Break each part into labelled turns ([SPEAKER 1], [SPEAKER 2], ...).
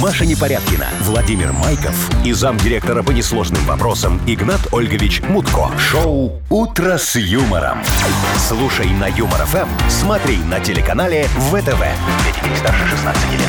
[SPEAKER 1] Маша Непорядкина, Владимир Майков и замдиректора по несложным вопросам Игнат Ольгович Мутко. Шоу «Утро с юмором». Слушай на Юмор ФМ, смотри на телеканале ВТВ. Для детей старше 16 лет.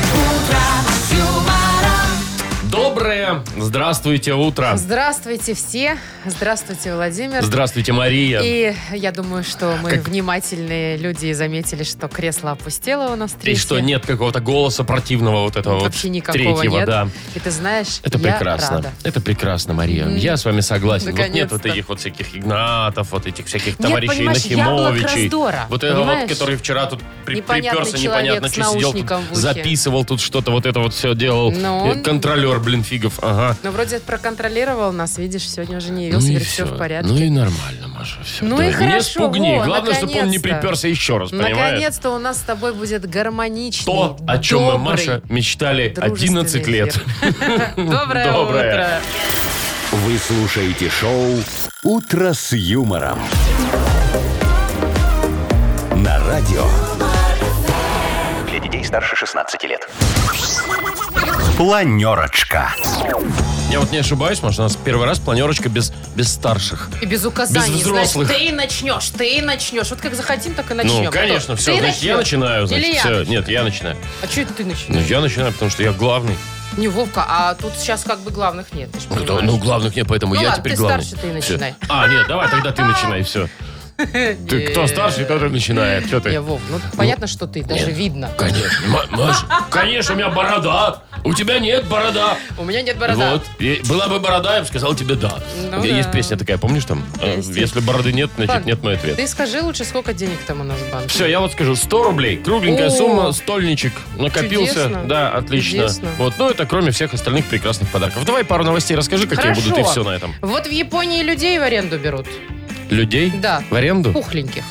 [SPEAKER 2] Доброе. Здравствуйте, утро.
[SPEAKER 3] Здравствуйте все. Здравствуйте, Владимир.
[SPEAKER 2] Здравствуйте, Мария.
[SPEAKER 3] И я думаю, что мы
[SPEAKER 2] Как-
[SPEAKER 3] внимательные люди заметили, что кресло опустело у нас
[SPEAKER 2] И
[SPEAKER 3] третье.
[SPEAKER 2] что нет какого-то голоса противного вот этого
[SPEAKER 3] Вообще
[SPEAKER 2] вот
[SPEAKER 3] никакого
[SPEAKER 2] третьего,
[SPEAKER 3] нет.
[SPEAKER 2] да.
[SPEAKER 3] И ты знаешь,
[SPEAKER 2] Это
[SPEAKER 3] я
[SPEAKER 2] прекрасно.
[SPEAKER 3] рада.
[SPEAKER 2] Это прекрасно, Мария. Я с вами согласен. Вот нет
[SPEAKER 3] Наконец-то.
[SPEAKER 2] вот этих вот всяких Игнатов, вот этих всяких
[SPEAKER 3] Нет,
[SPEAKER 2] товарищей
[SPEAKER 3] понимаешь, яблок
[SPEAKER 2] Нахимовичей.
[SPEAKER 3] раздора,
[SPEAKER 2] вот это вот,
[SPEAKER 3] понимаешь?
[SPEAKER 2] который вчера тут при-
[SPEAKER 3] Непонятный
[SPEAKER 2] приперся,
[SPEAKER 3] человек
[SPEAKER 2] непонятно,
[SPEAKER 3] с
[SPEAKER 2] что сидел, тут,
[SPEAKER 3] наушником в ухе.
[SPEAKER 2] записывал тут что-то, вот это вот все делал.
[SPEAKER 3] Но
[SPEAKER 2] Э,
[SPEAKER 3] он-
[SPEAKER 2] Контролер, блин, фигов. Ага.
[SPEAKER 3] Но Ну, вроде проконтролировал нас, видишь, сегодня уже не явился, говорит, все в порядке.
[SPEAKER 2] Ну и нормально, Маша. Все.
[SPEAKER 3] Ну и
[SPEAKER 2] Не
[SPEAKER 3] хорошо,
[SPEAKER 2] спугни.
[SPEAKER 3] во,
[SPEAKER 2] Главное, чтобы он не
[SPEAKER 3] наконец-то.
[SPEAKER 2] приперся еще раз, понимаешь?
[SPEAKER 3] Наконец-то у нас с тобой будет гармоничный,
[SPEAKER 2] То, о чем мы,
[SPEAKER 3] добрый,
[SPEAKER 2] Маша, мечтали
[SPEAKER 3] дружественный
[SPEAKER 2] 11 лет.
[SPEAKER 3] эфир. Доброе,
[SPEAKER 2] Доброе.
[SPEAKER 3] утро.
[SPEAKER 1] Вы слушаете шоу «Утро с юмором». На радио.
[SPEAKER 4] Для детей старше 16 лет.
[SPEAKER 1] Планерочка.
[SPEAKER 2] Я вот не ошибаюсь, Маша, у нас первый раз планерочка без, без старших.
[SPEAKER 3] И без указаний.
[SPEAKER 2] Без взрослых.
[SPEAKER 3] Знаешь, ты начнешь, ты начнешь. Вот как захотим, так и начнем.
[SPEAKER 2] Ну, конечно,
[SPEAKER 3] Кто?
[SPEAKER 2] все.
[SPEAKER 3] а Ты
[SPEAKER 2] Значит, я
[SPEAKER 3] начнешь?
[SPEAKER 2] начинаю. Значит,
[SPEAKER 3] Или я?
[SPEAKER 2] все. Нет, я начинаю.
[SPEAKER 3] А что это ты
[SPEAKER 2] Ну,
[SPEAKER 3] начнешь?
[SPEAKER 2] я начинаю, потому что я главный.
[SPEAKER 3] Не Вовка, а тут сейчас как бы главных нет. Ты ж
[SPEAKER 2] Ну, да,
[SPEAKER 3] понимаешь.
[SPEAKER 2] ну, главных нет, поэтому
[SPEAKER 3] Ну
[SPEAKER 2] я
[SPEAKER 3] ладно,
[SPEAKER 2] теперь
[SPEAKER 3] ты
[SPEAKER 2] главный.
[SPEAKER 3] старше, ты и
[SPEAKER 2] Всё.
[SPEAKER 3] начинай.
[SPEAKER 2] А, нет, давай, тогда ты начинай, все. Ты кто старше, тот и начинает. Что
[SPEAKER 3] Не,
[SPEAKER 2] ты?
[SPEAKER 3] Вов, ну понятно, что ты, даже видно.
[SPEAKER 2] Конечно, Ма- Маша, конечно, у меня борода. У тебя нет борода.
[SPEAKER 3] У меня нет борода.
[SPEAKER 2] Вот. И была бы борода, я бы сказал тебе да.
[SPEAKER 3] Ну
[SPEAKER 2] У меня Есть
[SPEAKER 3] да.
[SPEAKER 2] песня такая, помнишь там? Э,
[SPEAKER 3] Есть.
[SPEAKER 2] Если бороды нет, значит
[SPEAKER 3] Ладно.
[SPEAKER 2] нет мой ответ.
[SPEAKER 3] Ты скажи лучше, сколько денег там у нас в банке.
[SPEAKER 2] Все, я вот скажу, 100 рублей, кругленькая
[SPEAKER 3] О!
[SPEAKER 2] сумма, стольничек, накопился,
[SPEAKER 3] Чудесно.
[SPEAKER 2] да, отлично.
[SPEAKER 3] Чудесно.
[SPEAKER 2] Вот, ну это кроме всех остальных прекрасных подарков. Давай пару новостей расскажи, какие
[SPEAKER 3] Хорошо.
[SPEAKER 2] будут и все на этом.
[SPEAKER 3] Вот в Японии людей в аренду берут.
[SPEAKER 2] Людей?
[SPEAKER 3] Да.
[SPEAKER 2] В аренду?
[SPEAKER 3] Пухленьких.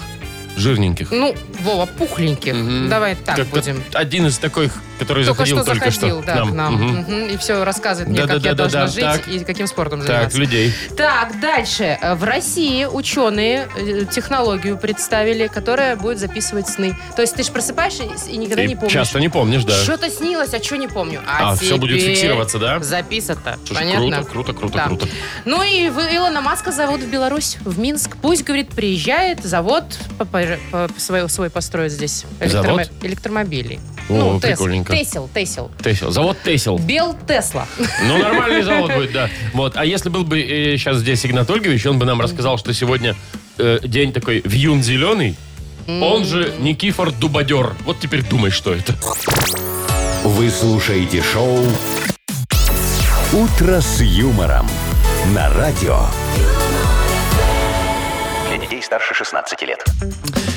[SPEAKER 2] Жирненьких.
[SPEAKER 3] Ну, Вова, пухленьких.
[SPEAKER 2] Мгм.
[SPEAKER 3] Давай так
[SPEAKER 2] Как-то
[SPEAKER 3] будем.
[SPEAKER 2] Один из таких, который
[SPEAKER 3] Только
[SPEAKER 2] заходил
[SPEAKER 3] что
[SPEAKER 2] только
[SPEAKER 3] заходил,
[SPEAKER 2] что.
[SPEAKER 3] да, к нам.
[SPEAKER 2] Мгм.
[SPEAKER 3] Мгм. И все рассказывает мне, как я
[SPEAKER 2] Да-да-да-да-да,
[SPEAKER 3] должна жить
[SPEAKER 2] так.
[SPEAKER 3] и каким спортом
[SPEAKER 2] Так,
[SPEAKER 3] заниматься.
[SPEAKER 2] людей.
[SPEAKER 3] Так, дальше. Э, В России ученые э, технологию представили, которая будет записывать сны. То есть ты же просыпаешься и- и никогда
[SPEAKER 2] И
[SPEAKER 3] не помнишь.
[SPEAKER 2] Часто не помнишь, да.
[SPEAKER 3] Что-то снилось, а что не помню.
[SPEAKER 2] А, все будет
[SPEAKER 3] теперь
[SPEAKER 2] фиксироваться, да?
[SPEAKER 3] Записано-то.
[SPEAKER 2] Слушай,
[SPEAKER 3] Понятно?
[SPEAKER 2] Круто, круто, круто,
[SPEAKER 3] Да.
[SPEAKER 2] круто.
[SPEAKER 3] Ну и в- Илона Маска зовут в Беларусь, в Минск. Пусть, говорит, приезжает завод по- по- по- свой, свой построит здесь.
[SPEAKER 2] Завод?
[SPEAKER 3] Электромобилей.
[SPEAKER 2] О,
[SPEAKER 3] ну, Тес-
[SPEAKER 2] прикольненько.
[SPEAKER 3] Тесел, Тесел.
[SPEAKER 2] Тесел. Завод Тесел.
[SPEAKER 3] Бел Тесла.
[SPEAKER 2] Ну, нормальный завод будет, да. Вот. А если был бы сейчас здесь Игнат Ольгович, он бы нам рассказал, что сегодня э, день такой вьюн зеленый. Он же Никифор Дубадер. Вот теперь думай, что это.
[SPEAKER 1] Вы слушаете шоу «Утро с юмором» на радио.
[SPEAKER 4] Для детей старше 16 лет.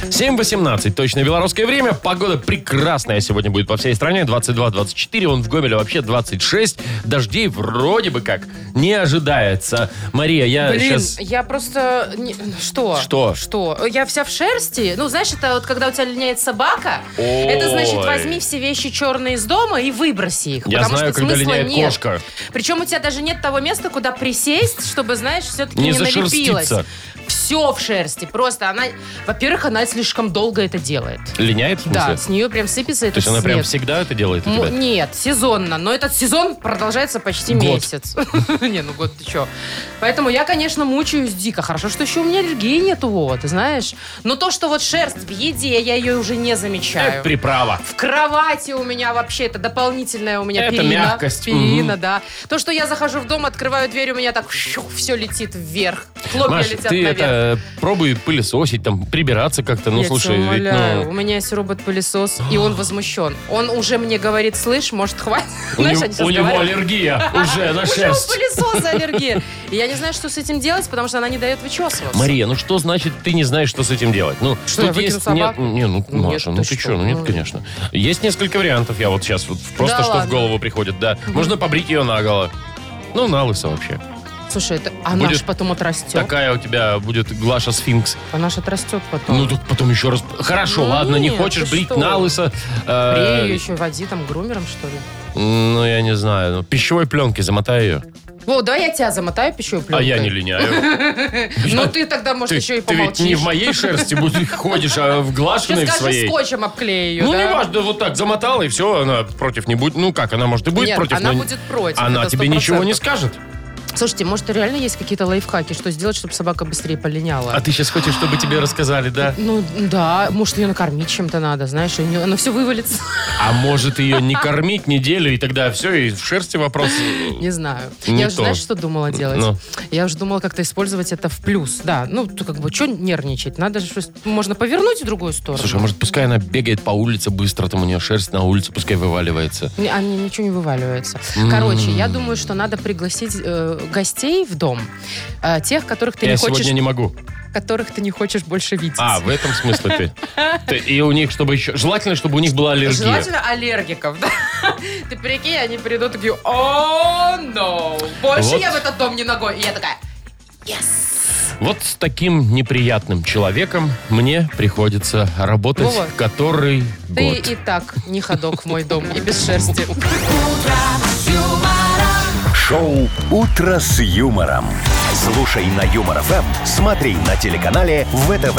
[SPEAKER 2] 7.18, точное белорусское время. Погода прекрасная сегодня будет по всей стране. 22-24, он в Гомеле а вообще 26. Дождей вроде бы как не ожидается. Мария, я
[SPEAKER 3] Блин,
[SPEAKER 2] сейчас...
[SPEAKER 3] я просто... не- Что?
[SPEAKER 2] А, Что?
[SPEAKER 3] Что? Я вся в шерсти. Ну, знаешь, это вот когда у тебя линяет собака, это значит,
[SPEAKER 2] Ой.
[SPEAKER 3] возьми все вещи черные из дома и выброси их.
[SPEAKER 2] Я
[SPEAKER 3] потому
[SPEAKER 2] знаю,
[SPEAKER 3] что
[SPEAKER 2] когда
[SPEAKER 3] смысла
[SPEAKER 2] линяет
[SPEAKER 3] нет.
[SPEAKER 2] кошка.
[SPEAKER 3] Причем у тебя даже нет того места, куда присесть, чтобы, знаешь, все-таки
[SPEAKER 2] Не
[SPEAKER 3] не, налепилось.
[SPEAKER 2] зашерститься.
[SPEAKER 3] Все в шерсти. Просто она... Во-первых, она слишком долго это делает.
[SPEAKER 2] Линяет, в смысле?
[SPEAKER 3] Да, с нее прям сыпется
[SPEAKER 2] То есть она прям
[SPEAKER 3] прям
[SPEAKER 2] всегда это делает у
[SPEAKER 3] М,
[SPEAKER 2] тебя?
[SPEAKER 3] Нет, сезонно. Но этот сезон продолжается почти
[SPEAKER 2] Год.
[SPEAKER 3] месяц. Не, ну год ты чё. Поэтому я, конечно, мучаюсь дико. Хорошо, что еще у меня аллергии нету, Вова, ты знаешь. Но то, что вот шерсть в еде, я ее уже не
[SPEAKER 2] Это
[SPEAKER 3] замечаю.
[SPEAKER 2] приправа.
[SPEAKER 3] В кровати у меня вообще это дополнительная у меня
[SPEAKER 2] Это
[SPEAKER 3] перина.
[SPEAKER 2] мягкость,
[SPEAKER 3] Перина,
[SPEAKER 2] мгм.
[SPEAKER 3] да. То, что я захожу в дом, открываю дверь, у меня так все летит вверх. Хлопья
[SPEAKER 2] Маш,
[SPEAKER 3] летят
[SPEAKER 2] ты
[SPEAKER 3] наверх.
[SPEAKER 2] это пробуй пылесосить, там прибираться как-то. Ну
[SPEAKER 3] Я тебя
[SPEAKER 2] слушай, ведь
[SPEAKER 3] умоляю,
[SPEAKER 2] ну.
[SPEAKER 3] у меня есть робот-пылесос, и он возмущен. Он уже мне говорит, слышь, может, хватит?
[SPEAKER 2] ну, У,
[SPEAKER 3] Знаешь,
[SPEAKER 2] него-
[SPEAKER 3] они сейчас
[SPEAKER 2] у него
[SPEAKER 3] говорят, А, ну
[SPEAKER 2] аллергия уже на
[SPEAKER 3] Уже у
[SPEAKER 2] шерсть.
[SPEAKER 3] пылесоса аллергия. И я не знаю, что с этим делать, потому что она не дает вычесываться.
[SPEAKER 2] Мария, ну что значит, ты не знаешь, что с этим делать? Ну,
[SPEAKER 3] Что, я
[SPEAKER 2] тут
[SPEAKER 3] выкину
[SPEAKER 2] есть... Нет,
[SPEAKER 3] собак?
[SPEAKER 2] не, ну,
[SPEAKER 3] Нет,
[SPEAKER 2] Маша,
[SPEAKER 3] ты
[SPEAKER 2] ну ты
[SPEAKER 3] что?
[SPEAKER 2] что? Ну нет,
[SPEAKER 3] Ну.
[SPEAKER 2] конечно. Есть несколько вариантов, я вот сейчас вот просто
[SPEAKER 3] Да
[SPEAKER 2] что в
[SPEAKER 3] ладно.
[SPEAKER 2] голову приходит, да. Можно побрить ее наголо. Ну, на лысо вообще.
[SPEAKER 3] Слушай, это, она
[SPEAKER 2] Будет
[SPEAKER 3] же потом отрастет.
[SPEAKER 2] Такая у тебя будет Глаша Сфинкс.
[SPEAKER 3] Она же отрастет потом.
[SPEAKER 2] Ну, тут потом еще раз... Хорошо,
[SPEAKER 3] Ну,
[SPEAKER 2] ладно, не
[SPEAKER 3] нет,
[SPEAKER 2] хочешь
[SPEAKER 3] ты
[SPEAKER 2] брить
[SPEAKER 3] что?
[SPEAKER 2] на лысо. э,
[SPEAKER 3] При ее еще води там грумером, что ли?
[SPEAKER 2] Ну, я не знаю. ну, Пищевой пленкой замотай ее.
[SPEAKER 3] Вов, давай я тебя замотаю пищу
[SPEAKER 2] А я не линяю.
[SPEAKER 3] Ну ты тогда, может,
[SPEAKER 2] Ты,
[SPEAKER 3] еще и
[SPEAKER 2] ты ведь
[SPEAKER 3] помолчишь.
[SPEAKER 2] не в моей шерсти будешь- ходишь, а в
[SPEAKER 3] Сейчас
[SPEAKER 2] глашенной в
[SPEAKER 3] скажешь,
[SPEAKER 2] своей.
[SPEAKER 3] скотчем обклею ее,
[SPEAKER 2] Ну,
[SPEAKER 3] да?
[SPEAKER 2] не важно, вот так замотала, и все, она против не будет. Ну, как, она может и будет
[SPEAKER 3] Нет,
[SPEAKER 2] против,
[SPEAKER 3] она
[SPEAKER 2] но не-
[SPEAKER 3] будет против,
[SPEAKER 2] Она
[SPEAKER 3] это
[SPEAKER 2] тебе ничего не
[SPEAKER 3] 100%.
[SPEAKER 2] скажет.
[SPEAKER 3] Слушайте, может, реально есть какие-то лайфхаки, что сделать, чтобы собака быстрее полиняла?
[SPEAKER 2] А ты сейчас хочешь, чтобы тебе рассказали, да?
[SPEAKER 3] Ну да, может, ее накормить чем-то надо, знаешь, и у нее, оно все вывалится.
[SPEAKER 2] А может ее не кормить неделю, и тогда все, и в шерсти вопрос.
[SPEAKER 3] Не знаю.
[SPEAKER 2] Не
[SPEAKER 3] я же,
[SPEAKER 2] то.
[SPEAKER 3] знаешь, что думала делать?
[SPEAKER 2] Ну.
[SPEAKER 3] Я уже думала как-то использовать это в плюс. Да, ну, то как бы, что нервничать? Надо же, что- можно повернуть в другую сторону.
[SPEAKER 2] Слушай, а может, пускай она бегает по улице быстро, там у нее шерсть на улице, пускай вываливается.
[SPEAKER 3] Не, а мне ничего не вываливается. Короче, я думаю, что надо пригласить э, гостей в дом. Э, тех, которых ты
[SPEAKER 2] Я
[SPEAKER 3] не хочешь,
[SPEAKER 2] сегодня не могу.
[SPEAKER 3] которых ты не хочешь больше видеть.
[SPEAKER 2] А, в этом смысле ты. ты. И у них, чтобы еще... Желательно, чтобы у них была аллергия.
[SPEAKER 3] Желательно аллергиков, да? Ты прикинь, они придут и такие, о, но, больше
[SPEAKER 2] Вот.
[SPEAKER 3] я в этот дом не ногой. И я такая,
[SPEAKER 2] Вот с таким неприятным человеком мне приходится работать
[SPEAKER 3] Вова,
[SPEAKER 2] который
[SPEAKER 3] ты
[SPEAKER 2] год.
[SPEAKER 3] и так не ходок в мой дом и без шерсти.
[SPEAKER 1] Шоу «Утро с юмором». Слушай на Юмор ФМ, смотри на телеканале ВТВ.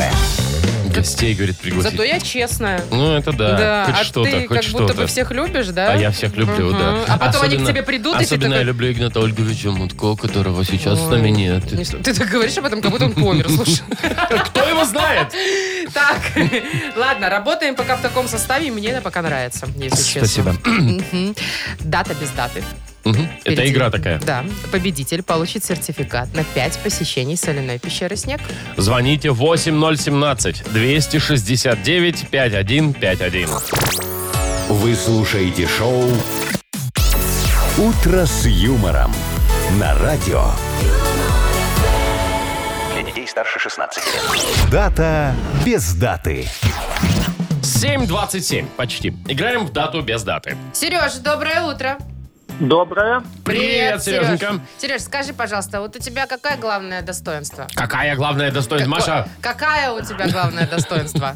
[SPEAKER 2] Гостей, говорит, пригласить.
[SPEAKER 3] Зато я честная.
[SPEAKER 2] Ну, это да.
[SPEAKER 3] Да,
[SPEAKER 2] хоть
[SPEAKER 3] а
[SPEAKER 2] что-то, хоть
[SPEAKER 3] ты как будто
[SPEAKER 2] что-то.
[SPEAKER 3] бы всех любишь, да?
[SPEAKER 2] А я всех люблю,
[SPEAKER 3] Мгм.
[SPEAKER 2] да.
[SPEAKER 3] А потом они к тебе придут, и ты
[SPEAKER 2] Особенно я
[SPEAKER 3] такой...
[SPEAKER 2] люблю Игната Ольговича Мутко, которого сейчас с
[SPEAKER 3] «Ой,
[SPEAKER 2] нами нет.
[SPEAKER 3] не с- Ты так говоришь об этом, как будто он помер, слушай.
[SPEAKER 2] Кто его знает?
[SPEAKER 3] Так, ладно, работаем пока в таком составе, и мне это пока нравится, если честно.
[SPEAKER 2] Спасибо.
[SPEAKER 3] Мгм. Дата без даты.
[SPEAKER 2] Мгм. Это
[SPEAKER 3] Впереди.
[SPEAKER 2] игра такая.
[SPEAKER 3] Да. Победитель получит сертификат на 5 посещений соляной пещеры «Снег».
[SPEAKER 2] Звоните 8017-269-5151.
[SPEAKER 1] Вы слушаете шоу «Утро с юмором» на радио.
[SPEAKER 4] Для детей старше 16 лет.
[SPEAKER 1] Дата без даты.
[SPEAKER 2] 7.27 почти. Играем в дату без даты.
[SPEAKER 3] Сереж, доброе утро.
[SPEAKER 5] Доброе.
[SPEAKER 2] Привет, Сереженька.
[SPEAKER 3] Сереж, скажи, пожалуйста, вот у тебя какое главное достоинство?
[SPEAKER 2] Какая главная достоинство? Маша,
[SPEAKER 3] Ко- Какая у тебя главное достоинство?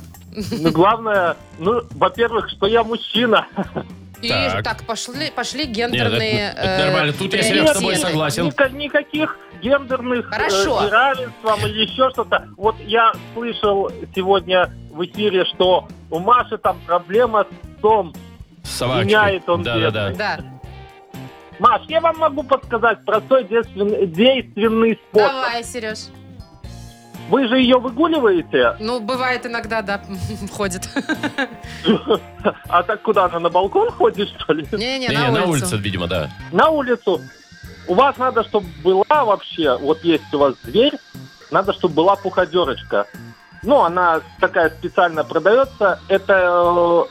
[SPEAKER 5] Ну, главное, ну, во-первых, что я мужчина.
[SPEAKER 3] И
[SPEAKER 2] Так.
[SPEAKER 3] так, пошли, пошли
[SPEAKER 2] Нет,
[SPEAKER 3] гендерные... э,
[SPEAKER 2] это- это нормально. Тут я, Сереж, с тобой
[SPEAKER 3] приоритеты.
[SPEAKER 2] согласен.
[SPEAKER 5] Ника- никаких гендерных
[SPEAKER 3] Хорошо.
[SPEAKER 5] э, неравенств там или еще что-то. Вот я слышал сегодня в эфире, что у Маши там проблема с том.
[SPEAKER 2] собачка.
[SPEAKER 5] Меняет он
[SPEAKER 2] да, да, да.
[SPEAKER 3] Да,
[SPEAKER 5] Маш, я вам могу подсказать простой действенный, действенный способ.
[SPEAKER 3] давай, Сереж.
[SPEAKER 5] Вы же ее выгуливаете,
[SPEAKER 3] Ну, бывает иногда, да, ходит.
[SPEAKER 5] а так куда она, на балкон ходит, что ли?
[SPEAKER 2] Не,
[SPEAKER 3] Не-не,
[SPEAKER 2] не,
[SPEAKER 3] на
[SPEAKER 2] улице,
[SPEAKER 3] улицу.
[SPEAKER 2] видимо, да.
[SPEAKER 5] на улицу. У вас надо, чтобы была вообще, вот есть у вас дверь, надо, чтобы была пуходерочка. Ну, она такая специально продается. Это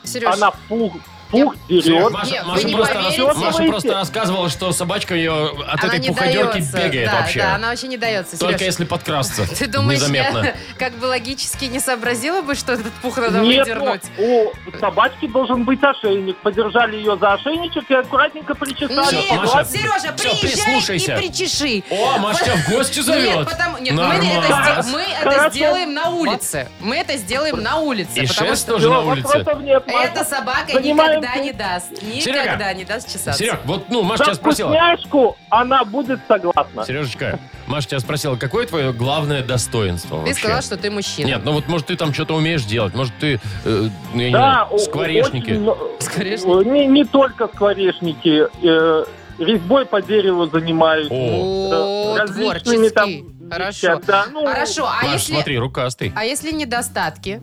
[SPEAKER 5] э,
[SPEAKER 3] Серёж.
[SPEAKER 5] она пух, пух дерет.
[SPEAKER 2] Маша,
[SPEAKER 3] Нет, вы
[SPEAKER 2] Маша
[SPEAKER 3] не
[SPEAKER 2] просто
[SPEAKER 3] поверите.
[SPEAKER 2] рас- Маша
[SPEAKER 5] Вы
[SPEAKER 2] просто
[SPEAKER 5] поверите.
[SPEAKER 2] рассказывала, что собачка ее от
[SPEAKER 3] Она
[SPEAKER 2] этой
[SPEAKER 3] не
[SPEAKER 2] пуходерки
[SPEAKER 3] дается.
[SPEAKER 2] бегает
[SPEAKER 3] да,
[SPEAKER 2] вообще.
[SPEAKER 3] Да, она вообще не дается,
[SPEAKER 2] Только
[SPEAKER 3] Сереж.
[SPEAKER 2] если подкрасться.
[SPEAKER 3] Ты думаешь,
[SPEAKER 2] незаметно.
[SPEAKER 3] я как бы логически не сообразила бы, что этот пух надо
[SPEAKER 5] Нет,
[SPEAKER 3] выдернуть?
[SPEAKER 5] ну, у собачки должен быть ошейник. Подержали ее за ошейничек и аккуратненько причесали.
[SPEAKER 3] Нет,
[SPEAKER 2] Всё, Маша,
[SPEAKER 5] Вот.
[SPEAKER 2] всё,
[SPEAKER 3] Сережа, приезжай
[SPEAKER 2] прислушайся.
[SPEAKER 3] и причеши.
[SPEAKER 2] О, Маша тебя в гости зовет.
[SPEAKER 3] Нет, потому... Нет, мы
[SPEAKER 2] Нормально.
[SPEAKER 3] это, сде- мы это
[SPEAKER 5] Хорошо.
[SPEAKER 3] сделаем на улице. Мы это сделаем на улице.
[SPEAKER 2] И
[SPEAKER 3] потому
[SPEAKER 2] шерсть
[SPEAKER 3] что
[SPEAKER 2] тоже на
[SPEAKER 5] Всё,
[SPEAKER 2] улице.
[SPEAKER 5] вопросов нет, Маша.
[SPEAKER 3] эта собака
[SPEAKER 5] Занимаемся.
[SPEAKER 3] никогда не даст. Никогда не даст чесаться.
[SPEAKER 2] Серег, вот, ну, Маша
[SPEAKER 5] За
[SPEAKER 2] тебя спросила.
[SPEAKER 5] вкусняшку она будет согласна.
[SPEAKER 2] Сережечка, Маша тебя спросила, какое твое главное достоинство
[SPEAKER 3] Ты
[SPEAKER 2] вообще?
[SPEAKER 3] сказал, что ты мужчина.
[SPEAKER 2] Нет, ну вот, может, ты там что-то умеешь делать, может, ты, э, ну, я не
[SPEAKER 5] Да,
[SPEAKER 2] знаю,
[SPEAKER 5] о-
[SPEAKER 2] скворечники.
[SPEAKER 5] очень мно-
[SPEAKER 3] Скворечники?
[SPEAKER 5] э, Не, не только скворечники. э, резьбой по дереву занимаюсь.
[SPEAKER 2] О,
[SPEAKER 3] О,
[SPEAKER 5] Э, различными
[SPEAKER 3] Ну, творческий.
[SPEAKER 5] там
[SPEAKER 3] Хорошо.
[SPEAKER 5] вещами, да, ну,
[SPEAKER 3] Хорошо, а
[SPEAKER 2] Маш,
[SPEAKER 3] если...
[SPEAKER 2] смотри, рукастый.
[SPEAKER 3] А если недостатки?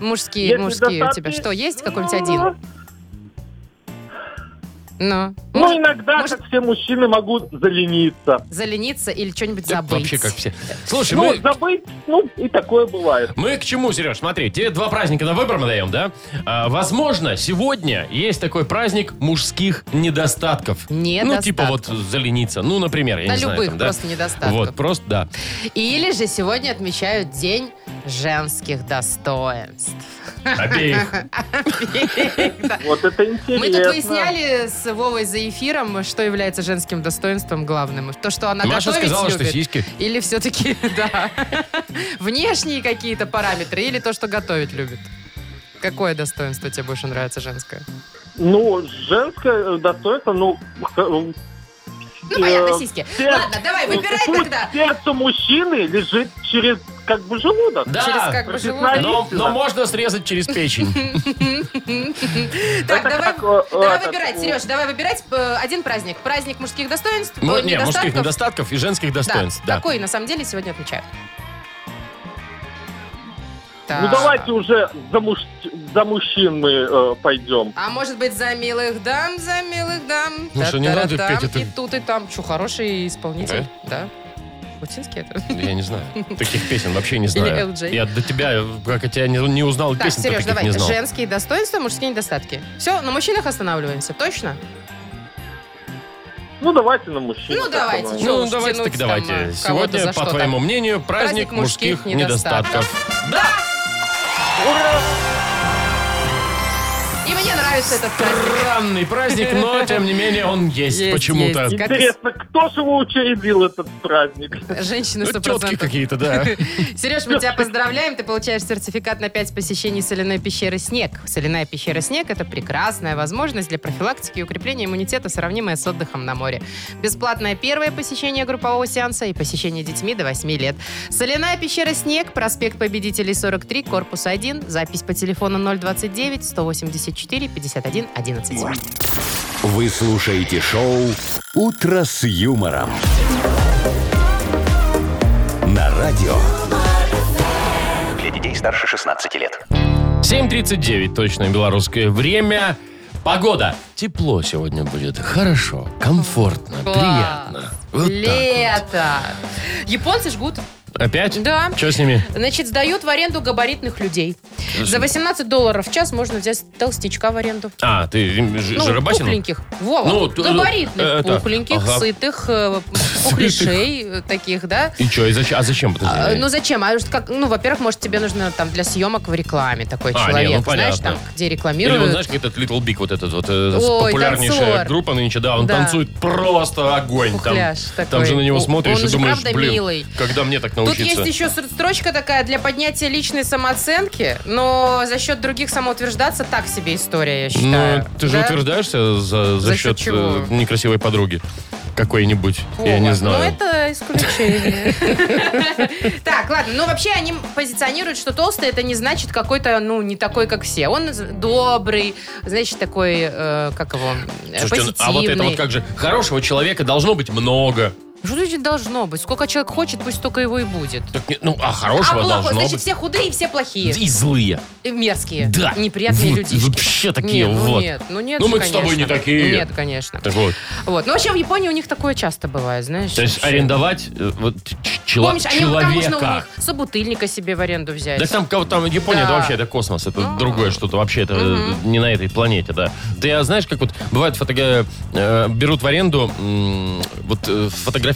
[SPEAKER 3] Мужские,
[SPEAKER 5] Если
[SPEAKER 3] мужские у тебя
[SPEAKER 5] достатки-
[SPEAKER 3] что, есть какой-нибудь
[SPEAKER 5] ну,
[SPEAKER 3] один? Ну,
[SPEAKER 5] Ну,
[SPEAKER 3] может,
[SPEAKER 5] иногда,
[SPEAKER 3] может-
[SPEAKER 5] как все мужчины, могу залениться.
[SPEAKER 3] залениться или что-нибудь
[SPEAKER 2] Да
[SPEAKER 3] забыть.
[SPEAKER 2] Вообще как все. Слушай,
[SPEAKER 5] Ну,
[SPEAKER 2] мы,
[SPEAKER 5] забыть, ну, и такое бывает.
[SPEAKER 2] Мы к чему, Сереж? Смотри, тебе два праздника на выбор мы даем, да? А, возможно, сегодня есть такой праздник мужских недостатков. Ну,
[SPEAKER 3] Недостатков.
[SPEAKER 2] типа вот залениться. Ну, например, я
[SPEAKER 3] На
[SPEAKER 2] не знаю.
[SPEAKER 3] любых
[SPEAKER 2] там, да?
[SPEAKER 3] просто недостатков.
[SPEAKER 2] Вот, просто, да.
[SPEAKER 3] Или же сегодня отмечают День женских достоинств.
[SPEAKER 2] Обеих.
[SPEAKER 5] Вот это интересно.
[SPEAKER 3] Мы тут выясняли с Вовой за эфиром, что является женским достоинством главным. То, что она
[SPEAKER 2] Маша
[SPEAKER 3] готовить
[SPEAKER 2] сказала,
[SPEAKER 3] любит.
[SPEAKER 2] что сиськи.
[SPEAKER 3] Или все-таки, да, внешние какие-то параметры, или то, что готовить любит. Какое достоинство тебе больше нравится женское?
[SPEAKER 5] э, Ну, женское достоинство, ну, х-
[SPEAKER 3] Ну, понятно,
[SPEAKER 5] э,
[SPEAKER 3] сиськи.
[SPEAKER 5] сердце-
[SPEAKER 3] Ладно, давай, выбирай
[SPEAKER 5] путь
[SPEAKER 3] тогда.
[SPEAKER 5] сердцу мужчины лежит через как бы желудок.
[SPEAKER 3] Через
[SPEAKER 2] Да,
[SPEAKER 3] как бы
[SPEAKER 5] профессионально.
[SPEAKER 3] желудок.
[SPEAKER 2] но, но можно срезать через печень.
[SPEAKER 3] Так,
[SPEAKER 5] Это
[SPEAKER 3] давай,
[SPEAKER 5] как, э,
[SPEAKER 3] давай
[SPEAKER 5] этот,
[SPEAKER 3] выбирать,
[SPEAKER 5] э,
[SPEAKER 3] Сереж, давай выбирать э, один праздник. Праздник мужских достоинств,
[SPEAKER 2] Ну,
[SPEAKER 3] э,
[SPEAKER 2] не, мужских
[SPEAKER 3] недостатков.
[SPEAKER 2] недостатков и женских
[SPEAKER 3] Да,
[SPEAKER 2] достоинств. Да.
[SPEAKER 3] такой на самом деле сегодня отмечают.
[SPEAKER 5] Ну
[SPEAKER 3] Так.
[SPEAKER 5] давайте уже за, муж... за мужчин мы э, пойдем.
[SPEAKER 3] А может быть, за милых дам, за милых дам.
[SPEAKER 2] Ну что, не надо
[SPEAKER 3] Та-та-та-там,
[SPEAKER 2] петь это? Э?
[SPEAKER 3] И тут, и там. Что, хороший исполнитель? Да. Путинский это?
[SPEAKER 2] Я не знаю. Таких песен вообще не знаю.
[SPEAKER 3] Или LJ.
[SPEAKER 2] Я до тебя, как я тебя не, не узнал,
[SPEAKER 3] Так,
[SPEAKER 2] песен
[SPEAKER 3] Сереж,
[SPEAKER 2] таких
[SPEAKER 3] давай.
[SPEAKER 2] не знал.
[SPEAKER 3] Женские достоинства, мужские недостатки. Все, на мужчинах останавливаемся, точно?
[SPEAKER 5] Ну давайте на мужчин.
[SPEAKER 3] Ну, давайте, чё
[SPEAKER 2] Ну,
[SPEAKER 3] уж
[SPEAKER 2] давайте так
[SPEAKER 3] тянуть там,
[SPEAKER 2] давайте.
[SPEAKER 3] а, кого-то
[SPEAKER 2] Сегодня,
[SPEAKER 3] за
[SPEAKER 2] по
[SPEAKER 3] что-то.
[SPEAKER 2] твоему мнению, праздник,
[SPEAKER 3] Праздник
[SPEAKER 2] мужских,
[SPEAKER 3] мужских
[SPEAKER 2] недостатков.
[SPEAKER 3] И мне нравится этот праздник.
[SPEAKER 2] Странный праздник, но, тем не менее, он есть,
[SPEAKER 3] Есть,
[SPEAKER 2] почему-то.
[SPEAKER 3] есть. Как-
[SPEAKER 5] Интересно, кто же его учредил этот праздник?
[SPEAKER 3] Женщины
[SPEAKER 2] Ну,
[SPEAKER 3] 100%.
[SPEAKER 2] тетки какие-то, да.
[SPEAKER 3] Сереж, мы тебя поздравляем. Ты получаешь сертификат на 5 посещений соляной пещеры «Снег». Соляная пещера «Снег» — это прекрасная возможность для профилактики и укрепления иммунитета, сравнимая с отдыхом на море. Бесплатное первое посещение группового сеанса и посещение детьми до 8 лет. Соляная пещера «Снег», проспект Победителей, 43, корпус 1. Запись по телефону 029-184-51-11.
[SPEAKER 1] Вы слушаете шоу «Утро с юмором». На радио.
[SPEAKER 4] Для детей старше 16 лет.
[SPEAKER 2] 7.39, точное белорусское время. Погода. Тепло сегодня будет. Хорошо, комфортно,
[SPEAKER 3] Класс.
[SPEAKER 2] приятно. Вот так
[SPEAKER 3] Лето! Японцы жгут
[SPEAKER 2] вот. Опять?
[SPEAKER 3] Да.
[SPEAKER 2] Что с ними?
[SPEAKER 3] Значит, сдают в аренду габаритных людей. За 18 долларов в час можно взять толстячка в аренду.
[SPEAKER 2] А, ты ж-
[SPEAKER 3] Ну,
[SPEAKER 2] Жиробасина?
[SPEAKER 3] пухленьких. Вова,
[SPEAKER 2] Ну, т-
[SPEAKER 3] габаритных,
[SPEAKER 2] э, это,
[SPEAKER 3] пухленьких,
[SPEAKER 2] ага.
[SPEAKER 3] сытых, э, пухлишей э, таких, да?
[SPEAKER 2] И что, и зачем? А зачем? Подожди.
[SPEAKER 3] А, ну зачем? А уж как, ну, во-первых, может, тебе нужно там для съемок в рекламе такой
[SPEAKER 2] А, не, ну,
[SPEAKER 3] человек. знаешь,
[SPEAKER 2] понятно.
[SPEAKER 3] там, где
[SPEAKER 2] Или вот,
[SPEAKER 3] рекламируют.
[SPEAKER 2] знаешь, как этот Little Big, вот этот вот э,
[SPEAKER 3] Ой,
[SPEAKER 2] популярнейшая
[SPEAKER 3] танцор.
[SPEAKER 2] группа нынче, да, он
[SPEAKER 3] Да.
[SPEAKER 2] танцует просто огонь. Там,
[SPEAKER 3] Пухляш
[SPEAKER 2] там
[SPEAKER 3] такой.
[SPEAKER 2] же на него
[SPEAKER 3] О,
[SPEAKER 2] смотришь
[SPEAKER 3] он
[SPEAKER 2] и
[SPEAKER 3] же
[SPEAKER 2] думаешь,
[SPEAKER 3] правда
[SPEAKER 2] блин,
[SPEAKER 3] милый».
[SPEAKER 2] когда мне так
[SPEAKER 3] Тут
[SPEAKER 2] научиться?
[SPEAKER 3] есть еще стр- строчка такая для поднятия личной самооценки, но за счет других самоутверждаться так себе история, я считаю.
[SPEAKER 2] Ну, ты же
[SPEAKER 3] Да?
[SPEAKER 2] утверждаешься за, за
[SPEAKER 3] За
[SPEAKER 2] счет
[SPEAKER 3] счет чего?
[SPEAKER 2] э, некрасивой подруги какой-нибудь, я
[SPEAKER 3] Вова,
[SPEAKER 2] не знаю.
[SPEAKER 3] Ну, это исключение. Так, ладно. Ну, вообще, они позиционируют, что толстый это не значит какой-то, ну, не такой, как все. Он з- добрый, значит, такой, э, как его, э,
[SPEAKER 2] Слушайте, ну,
[SPEAKER 3] позитивный.
[SPEAKER 2] а вот это вот как же, хорошего человека должно быть много.
[SPEAKER 3] Что значит должно быть? Сколько человек хочет, пусть только его и будет.
[SPEAKER 2] Так не- ну, а
[SPEAKER 3] А
[SPEAKER 2] хорошего
[SPEAKER 3] плохой,
[SPEAKER 2] должно
[SPEAKER 3] значит,
[SPEAKER 2] быть.
[SPEAKER 3] все худые и все плохие.
[SPEAKER 2] И злые.
[SPEAKER 3] И мерзкие.
[SPEAKER 2] Да.
[SPEAKER 3] Неприятные
[SPEAKER 2] Вот,
[SPEAKER 3] людишки.
[SPEAKER 2] вообще такие,
[SPEAKER 3] нет, Ну,
[SPEAKER 2] вот.
[SPEAKER 3] нет, ну нет
[SPEAKER 2] Ну,
[SPEAKER 3] же,
[SPEAKER 2] мы с тобой не
[SPEAKER 3] конечно.
[SPEAKER 2] такие.
[SPEAKER 3] Нет, конечно.
[SPEAKER 2] Так вот,
[SPEAKER 3] Вот. Ну, вообще, в Японии у них такое часто бывает, знаешь.
[SPEAKER 2] то есть
[SPEAKER 3] вообще.
[SPEAKER 2] арендовать э, вот, ч- чело-
[SPEAKER 3] Помнишь, они вот там можно у
[SPEAKER 2] человека.
[SPEAKER 3] них собутыльника себе в аренду взять.
[SPEAKER 2] Да там, кого- там Япония,
[SPEAKER 3] Да.
[SPEAKER 2] это вообще это космос, это
[SPEAKER 3] Ну.
[SPEAKER 2] другое что-то, вообще это э, не на этой планете, да. Ты а, знаешь, как вот бывает, фотога- э, берут в аренду м, вот э, фотографироваться,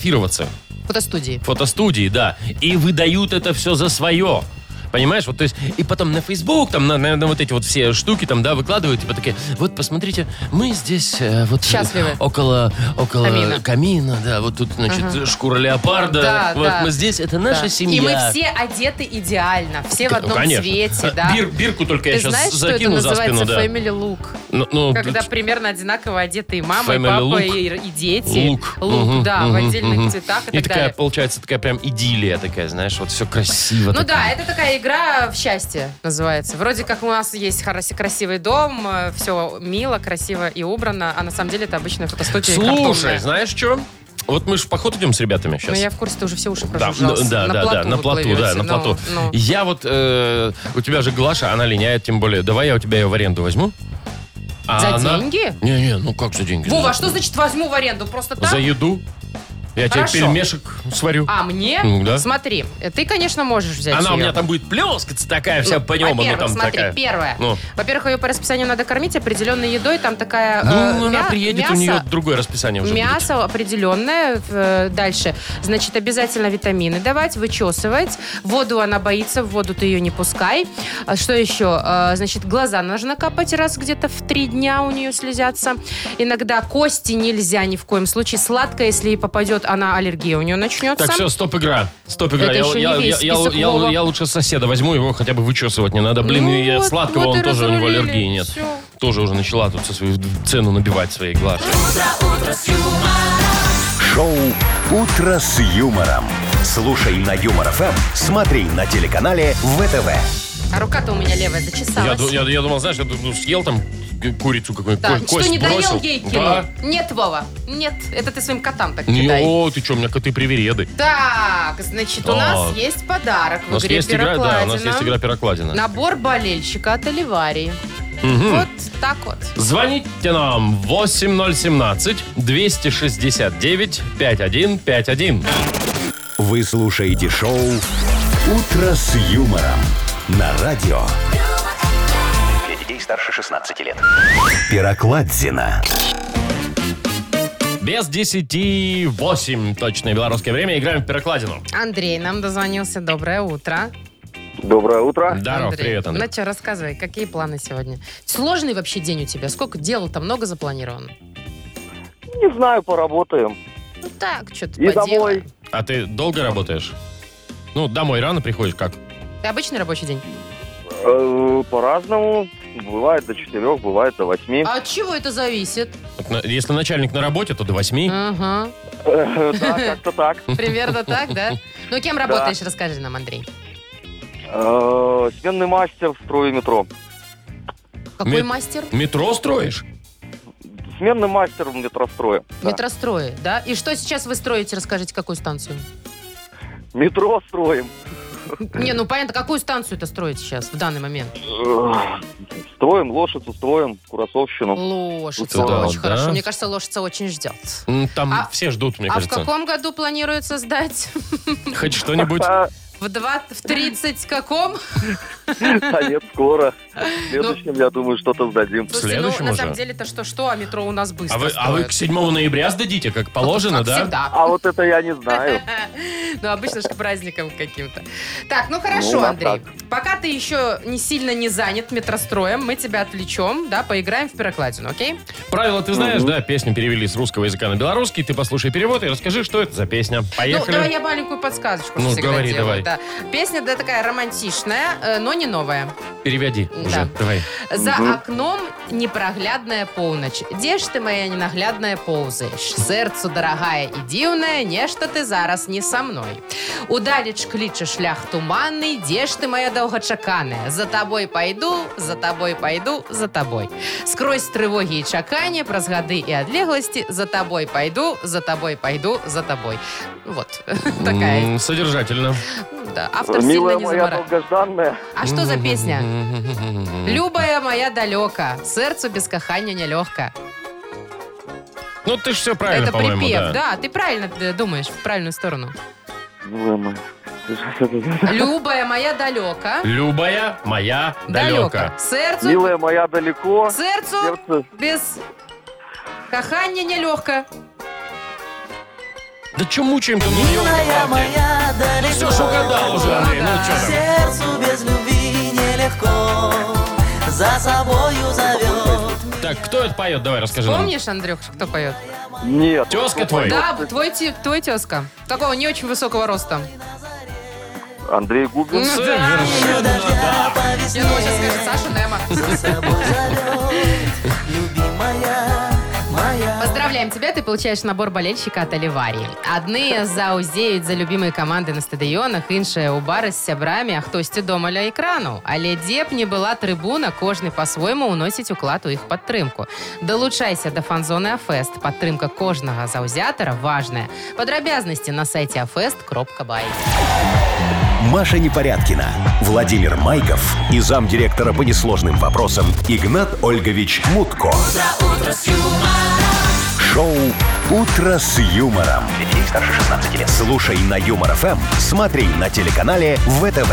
[SPEAKER 3] Фотостудии.
[SPEAKER 2] фотостудии, да, и выдают это все за свое. Понимаешь, вот то есть, и потом на Facebook, там, на, на- на вот эти вот все штуки, там, да, выкладывают, типа такие, вот посмотрите, мы здесь э, вот э,
[SPEAKER 3] Счастливы.
[SPEAKER 2] около, около камина.
[SPEAKER 3] Камина.
[SPEAKER 2] да, вот тут, значит, шкура леопарда,
[SPEAKER 3] Да,
[SPEAKER 2] вот
[SPEAKER 3] да.
[SPEAKER 2] мы здесь, это наша
[SPEAKER 3] Да.
[SPEAKER 2] семья.
[SPEAKER 3] И мы все одеты идеально, все в
[SPEAKER 2] Ну,
[SPEAKER 3] одном
[SPEAKER 2] конечно.
[SPEAKER 3] цвете, да.
[SPEAKER 2] Бир- бирку только я
[SPEAKER 3] Ты
[SPEAKER 2] сейчас
[SPEAKER 3] знаешь, что это
[SPEAKER 2] закину за
[SPEAKER 3] называется
[SPEAKER 2] спину, да.
[SPEAKER 3] family look?
[SPEAKER 2] Ну, ну,
[SPEAKER 3] Когда
[SPEAKER 2] т-
[SPEAKER 3] примерно одинаково одеты и мама, и
[SPEAKER 2] Family look.
[SPEAKER 3] папа, и, и дети.
[SPEAKER 2] лук. Мгм,
[SPEAKER 3] Лук, да, в
[SPEAKER 2] мгм,
[SPEAKER 3] отдельных
[SPEAKER 2] мгм.
[SPEAKER 3] цветах и,
[SPEAKER 2] И
[SPEAKER 3] так
[SPEAKER 2] такая,
[SPEAKER 3] далее.
[SPEAKER 2] получается, такая прям идиллия такая, знаешь, вот все красиво.
[SPEAKER 3] Ну
[SPEAKER 2] так.
[SPEAKER 3] да, это такая игра в счастье называется. Вроде как у нас есть хороший- красивый дом, все мило, красиво и убрано, а на самом деле это обычная фотостудия
[SPEAKER 2] Слушай,
[SPEAKER 3] картонная.
[SPEAKER 2] знаешь что? Вот мы же в поход идем с ребятами сейчас.
[SPEAKER 3] Ну, я в курсе, ты уже все уши
[SPEAKER 2] Да,
[SPEAKER 3] прожужжал.
[SPEAKER 2] ну, да,
[SPEAKER 3] на
[SPEAKER 2] да,
[SPEAKER 3] плоту
[SPEAKER 2] да, на
[SPEAKER 3] вы
[SPEAKER 2] плоту, да,
[SPEAKER 3] плывете,
[SPEAKER 2] на
[SPEAKER 3] ну,
[SPEAKER 2] плоту.
[SPEAKER 3] ну.
[SPEAKER 2] Я вот, э, у тебя же Глаша, она линяет, тем более, давай я у тебя ее в аренду возьму. А
[SPEAKER 3] За
[SPEAKER 2] она-
[SPEAKER 3] деньги?
[SPEAKER 2] Не-не, ну как за деньги?
[SPEAKER 3] Вова,
[SPEAKER 2] За-
[SPEAKER 3] а что значит возьму в аренду? Просто так?
[SPEAKER 2] За еду. Я
[SPEAKER 3] Хорошо.
[SPEAKER 2] тебе пельмешек сварю.
[SPEAKER 3] А мне?
[SPEAKER 2] Ну, да.
[SPEAKER 3] Смотри, ты, конечно, можешь взять
[SPEAKER 2] она у
[SPEAKER 3] её.
[SPEAKER 2] меня там будет плескаться такая вся по нему, она
[SPEAKER 3] Ну, Во-первых,
[SPEAKER 2] там
[SPEAKER 3] смотри,
[SPEAKER 2] такая.
[SPEAKER 3] первое.
[SPEAKER 2] Ну.
[SPEAKER 3] Во-первых, ее по расписанию надо кормить определенной едой. Там такая
[SPEAKER 2] Ну,
[SPEAKER 3] э,
[SPEAKER 2] она
[SPEAKER 3] мя-
[SPEAKER 2] приедет,
[SPEAKER 3] мясо,
[SPEAKER 2] у нее другое расписание уже будет.
[SPEAKER 3] мясо определенное. э, дальше. Значит, обязательно витамины давать, вычесывать. Воду она боится, в воду ты ее не пускай. А что еще? Э, значит, глаза нужно капать раз где-то в три дня у нее слезятся. Иногда кости нельзя ни в коем случае. Сладкое, если ей попадет, она аллергия у нее начнется.
[SPEAKER 2] Так, все, стоп игра. Стоп игра.
[SPEAKER 3] Это
[SPEAKER 2] Я,
[SPEAKER 3] еще не
[SPEAKER 2] я-
[SPEAKER 3] весь
[SPEAKER 2] я- я-
[SPEAKER 3] список
[SPEAKER 2] я-
[SPEAKER 3] Вова.
[SPEAKER 2] я лучше соседа возьму, его хотя бы вычесывать не надо. Блин,
[SPEAKER 3] Ну
[SPEAKER 2] и от
[SPEAKER 3] вот,
[SPEAKER 2] сладкого
[SPEAKER 3] вот
[SPEAKER 2] он
[SPEAKER 3] и
[SPEAKER 2] тоже, у него
[SPEAKER 3] разрулили.
[SPEAKER 2] аллергии нет.
[SPEAKER 3] Всё.
[SPEAKER 2] Тоже уже начала тут со свою цену набивать своей глаз.
[SPEAKER 1] Шоу «Утро с юмором». Слушай на Юмор ФМ, смотри на телеканале ВТВ.
[SPEAKER 3] А рука-то у меня левая
[SPEAKER 2] Я,
[SPEAKER 3] зачесалась.
[SPEAKER 2] ду- я- я думал, знаешь, я думал, съел там к- курицу какую-нибудь, ко-
[SPEAKER 3] Да, что
[SPEAKER 2] кость
[SPEAKER 3] не
[SPEAKER 2] бросил.
[SPEAKER 3] доел ей кинул?
[SPEAKER 2] Да.
[SPEAKER 3] Нет, Вова, нет. Это ты своим котам так
[SPEAKER 2] Не,
[SPEAKER 3] кидай.
[SPEAKER 2] О, ты что, у меня коты привереды.
[SPEAKER 3] Так, значит, у
[SPEAKER 2] А.
[SPEAKER 3] нас есть подарок
[SPEAKER 2] У
[SPEAKER 3] в
[SPEAKER 2] нас
[SPEAKER 3] игре
[SPEAKER 2] есть игра, да, у нас
[SPEAKER 3] Ну, «Пирокладина».
[SPEAKER 2] есть игра Пирокладина.
[SPEAKER 3] Набор болельщика от Оливарии.
[SPEAKER 2] Мгм.
[SPEAKER 3] Вот так вот.
[SPEAKER 2] Звоните нам 8017-269-5151.
[SPEAKER 1] Вы слушаете шоу «Утро с юмором» на радио
[SPEAKER 4] Для детей старше 16 лет.
[SPEAKER 1] Пирокладзина.
[SPEAKER 2] Без 10 8 точное белорусское время. Играем в Пирокладину.
[SPEAKER 3] Андрей нам дозвонился. Доброе утро.
[SPEAKER 5] Доброе утро.
[SPEAKER 2] Здорово,
[SPEAKER 3] Андрей.
[SPEAKER 2] привет, Андрей.
[SPEAKER 3] Ну что, рассказывай, какие планы сегодня? Сложный вообще день у тебя? Сколько дел там много запланировано?
[SPEAKER 5] Не знаю, поработаем.
[SPEAKER 3] Ну так, что-то
[SPEAKER 5] И домой.
[SPEAKER 2] А ты долго работаешь? Ну, домой рано приходишь, как?
[SPEAKER 3] Ты обычный рабочий день?
[SPEAKER 5] Э, По-разному. Бывает до четырех, бывает до восьми.
[SPEAKER 3] А от чего это зависит?
[SPEAKER 2] Вот на- Если начальник на работе, то до 8.
[SPEAKER 3] Ага.
[SPEAKER 5] Э, Да, как-то так.
[SPEAKER 3] Примерно так, да? Ну, кем работаешь, расскажи нам, Андрей.
[SPEAKER 5] Э, Сменный мастер в строе метро.
[SPEAKER 3] Какой
[SPEAKER 2] Мет-
[SPEAKER 3] мастер?
[SPEAKER 2] Метро строишь?
[SPEAKER 5] Сменный мастер в метростроя. Да.
[SPEAKER 3] Метрострои, да? И что сейчас вы строите, расскажите, какую станцию?
[SPEAKER 5] Метро строим.
[SPEAKER 3] Не, ну понятно, какую станцию это строите сейчас, в данный момент?
[SPEAKER 5] Э, Строим лошадь, устроим курасовщину.
[SPEAKER 3] Лошадь,
[SPEAKER 2] Вот это
[SPEAKER 3] очень
[SPEAKER 2] да.
[SPEAKER 3] хорошо. Мне кажется, лошадь очень ждет.
[SPEAKER 2] М, Там
[SPEAKER 3] А-
[SPEAKER 2] все ждут, мне
[SPEAKER 3] а в
[SPEAKER 2] кажется.
[SPEAKER 3] каком году планируется сдать?
[SPEAKER 2] Хоть что-нибудь.
[SPEAKER 5] А,
[SPEAKER 3] В два, в тридцать каком?
[SPEAKER 5] Да нет, скоро. В следующем, я думаю, что-то сдадим.
[SPEAKER 3] Слушайте,
[SPEAKER 2] следующем
[SPEAKER 3] ну, на
[SPEAKER 2] уже?
[SPEAKER 3] самом деле-то что-что, а метро у нас быстро
[SPEAKER 2] А вы, а вы к
[SPEAKER 3] строят.
[SPEAKER 2] 7 ноября сдадите, как положено,
[SPEAKER 3] Как
[SPEAKER 2] да?
[SPEAKER 3] всегда.
[SPEAKER 5] А вот это я не знаю.
[SPEAKER 3] Ну, обычно же к праздникам каким-то. Так, ну хорошо,
[SPEAKER 5] Ну, да,
[SPEAKER 3] Андрей. Пока ты еще не сильно не занят метростроем, мы тебя отвлечем, да, поиграем в пирокладину, окей?
[SPEAKER 2] Правила ты знаешь,
[SPEAKER 5] Мгм.
[SPEAKER 2] да? Песню перевели с русского языка на белорусский. Ты послушай перевод и расскажи, что это за песня.
[SPEAKER 3] Ну, давай
[SPEAKER 2] Поехали.
[SPEAKER 3] я маленькую подсказочку
[SPEAKER 2] Ну,
[SPEAKER 3] всегда
[SPEAKER 2] говори, давай.
[SPEAKER 3] делаю, да. Песня, да, такая романтичная, э, но не новая.
[SPEAKER 2] Переводи
[SPEAKER 3] Да.
[SPEAKER 2] уже. Давай.
[SPEAKER 3] За
[SPEAKER 5] Мгм.
[SPEAKER 3] окном непроглядная полночь. Где ж ты, моя ненаглядная, ползаешь? Сердцу дорогая и дивная, нечто ты зараз не со мной. Удалеч кличе шлях туманный, где ж ты, моя довгочаканая? За тобой пойду, за тобой пойду, за тобой. Скрозь тревоги и чакання, праз гады и отлеглости, за тобой пойду, за тобой пойду, за тобой. Вот, такая.
[SPEAKER 2] М, Содержательно.
[SPEAKER 3] Да, Автор
[SPEAKER 5] Милая
[SPEAKER 3] сильно не
[SPEAKER 5] моя
[SPEAKER 3] заморачивается.
[SPEAKER 5] долгожданная.
[SPEAKER 3] А что за песня? Любая моя далека, сердцу без кахання нелегко.
[SPEAKER 2] Ну, ты же все правильно,
[SPEAKER 3] Это
[SPEAKER 2] по-моему,
[SPEAKER 3] припев,
[SPEAKER 2] да.
[SPEAKER 3] да. Ты правильно э, думаешь, в правильную сторону.
[SPEAKER 5] Милая моя.
[SPEAKER 3] Любая моя далека,
[SPEAKER 2] Любая моя далека.
[SPEAKER 3] далека, сердцу,
[SPEAKER 5] Милая моя далеко.
[SPEAKER 3] сердцу
[SPEAKER 5] Сердце.
[SPEAKER 3] без кахання нелегко.
[SPEAKER 2] Да че мучаем-то? Ну,
[SPEAKER 6] Милая моя далеко.
[SPEAKER 2] все ж угадал уже, Андрей. Ну, что там?
[SPEAKER 6] Сердцу без любви нелегко. За собою зовет.
[SPEAKER 2] Так, кто это поет? Давай, расскажи нам.
[SPEAKER 3] Помнишь, Андрюх, кто поет?
[SPEAKER 5] Нет.
[SPEAKER 2] Тезка твой?
[SPEAKER 3] Да, твой, те- твой тезка. Такого не очень высокого роста.
[SPEAKER 5] Андрей Губин.
[SPEAKER 2] Совершенно, да.
[SPEAKER 6] По весне
[SPEAKER 3] Я думаю, сейчас скажет Саша Немо.
[SPEAKER 6] собой зовет. Любимая моя.
[SPEAKER 3] Поздравляем тебя, ты получаешь набор болельщика от Оливарии. Адные заузеють за любимые команды на стадіонах, іншыя у бары з сябрамі, а хтосьці дома ля экрану. Але дзе б не была трибуна, кожны по-свойму уносіць уклад у іх падтрымку. Далучайся до фан-зоны Афест. Падтрымка кожнага заўзятара важная. Падрабязнасці на сайце afest.by.
[SPEAKER 1] Маша Непорядкина, Владимир Майков и замдиректора по несложным вопросам Игнат Ольгович Мутко. Шоу Утро с юмором.
[SPEAKER 4] Для детей старше 16 лет.
[SPEAKER 1] Слушай на Юмор ФМ, смотри на телеканале ВТВ.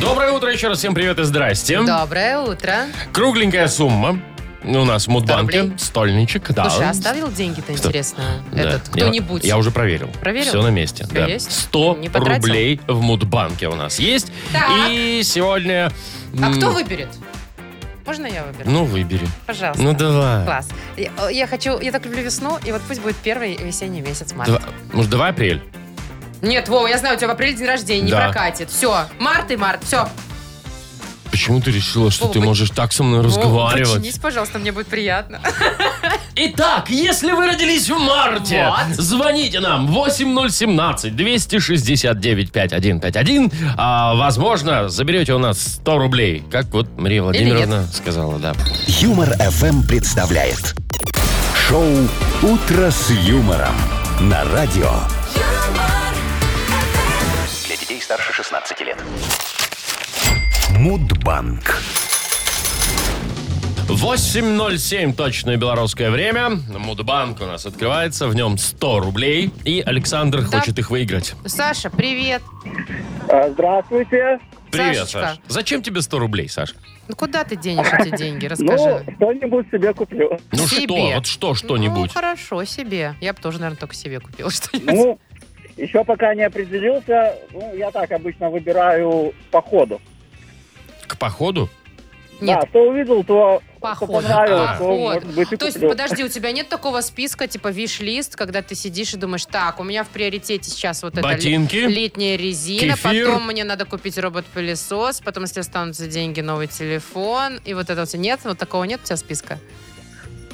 [SPEAKER 2] Доброе утро еще раз. Всем привет и здрасте.
[SPEAKER 3] Доброе утро.
[SPEAKER 2] Кругленькая сумма у нас в Мудбанке.
[SPEAKER 3] рублей.
[SPEAKER 2] Стольничек,
[SPEAKER 6] Ну,
[SPEAKER 2] да.
[SPEAKER 3] Слушай, оставил деньги-то, интересно?
[SPEAKER 2] Да.
[SPEAKER 3] Этот,
[SPEAKER 2] Я-
[SPEAKER 3] кто-нибудь?
[SPEAKER 2] Я, уже проверил.
[SPEAKER 3] Проверил?
[SPEAKER 2] Все на месте.
[SPEAKER 3] Всё
[SPEAKER 2] Да.
[SPEAKER 3] есть?
[SPEAKER 2] 100
[SPEAKER 3] Не потратил?
[SPEAKER 2] рублей в Мудбанке у нас есть.
[SPEAKER 3] Так.
[SPEAKER 2] И сегодня...
[SPEAKER 3] А
[SPEAKER 2] м,
[SPEAKER 3] кто выберет? Можно я выберу?
[SPEAKER 2] Ну, выбери.
[SPEAKER 3] Пожалуйста.
[SPEAKER 2] Ну, давай.
[SPEAKER 3] Класс. Я, э, я хочу, я так люблю весну, и вот пусть будет первый весенний месяц март.
[SPEAKER 2] Два- может, давай апрель?
[SPEAKER 3] Нет, Вова, я знаю, у тебя в апреле день рождения, не
[SPEAKER 2] Да.
[SPEAKER 3] прокатит. Все, март и март, все.
[SPEAKER 2] почему ты решила, что
[SPEAKER 3] О,
[SPEAKER 2] ты
[SPEAKER 3] вы-
[SPEAKER 2] можешь так со мной
[SPEAKER 3] О,
[SPEAKER 2] разговаривать?
[SPEAKER 3] подчинись, пожалуйста, мне будет приятно.
[SPEAKER 2] Итак, если вы родились в марте,
[SPEAKER 3] Вот.
[SPEAKER 2] звоните нам 8017-269-5151. А, возможно, заберете у нас 100 рублей, как вот Мария Владимировна сказала, да.
[SPEAKER 1] Юмор FM представляет шоу Утро с юмором на радио.
[SPEAKER 7] юмор,
[SPEAKER 4] Для детей старше 16 лет.
[SPEAKER 1] Мудбанк.
[SPEAKER 2] 8.07 точное белорусское время. Мудбанк у нас открывается, в нем 100 рублей, и Александр
[SPEAKER 3] Да.
[SPEAKER 2] хочет их выиграть.
[SPEAKER 3] Саша, привет.
[SPEAKER 5] А, Здравствуйте.
[SPEAKER 2] Привет,
[SPEAKER 3] Сашечка.
[SPEAKER 2] Саш. Зачем тебе 100 рублей, Саш?
[SPEAKER 3] Ну куда ты денешь эти деньги? Расскажи.
[SPEAKER 5] Ну, что-нибудь себе куплю.
[SPEAKER 2] Ну
[SPEAKER 3] Себе.
[SPEAKER 2] что, вот что,
[SPEAKER 3] Ну,
[SPEAKER 2] что-нибудь.
[SPEAKER 3] хорошо, себе. Я бы тоже, наверное, только себе купила что-нибудь.
[SPEAKER 5] Ну, еще пока не определился. Ну, я так обычно выбираю по ходу.
[SPEAKER 3] Ну,
[SPEAKER 2] К походу?
[SPEAKER 3] Нет,
[SPEAKER 5] Да, что увидел, то
[SPEAKER 3] по
[SPEAKER 5] что
[SPEAKER 3] ходу.
[SPEAKER 5] понравилось,
[SPEAKER 2] А,
[SPEAKER 3] По
[SPEAKER 5] то,
[SPEAKER 3] ходу.
[SPEAKER 5] может быть, и
[SPEAKER 3] То есть,
[SPEAKER 5] куплю.
[SPEAKER 3] подожди, у тебя нет такого списка, типа виш-лист, когда ты сидишь и думаешь, так, у меня в приоритете сейчас вот это ли-
[SPEAKER 2] Ботинки?
[SPEAKER 3] летняя резина,
[SPEAKER 2] Кефир.
[SPEAKER 3] потом мне надо купить робот-пылесос, потом, если останутся деньги, новый телефон, и вот это все. Нет, вот такого нет у тебя списка?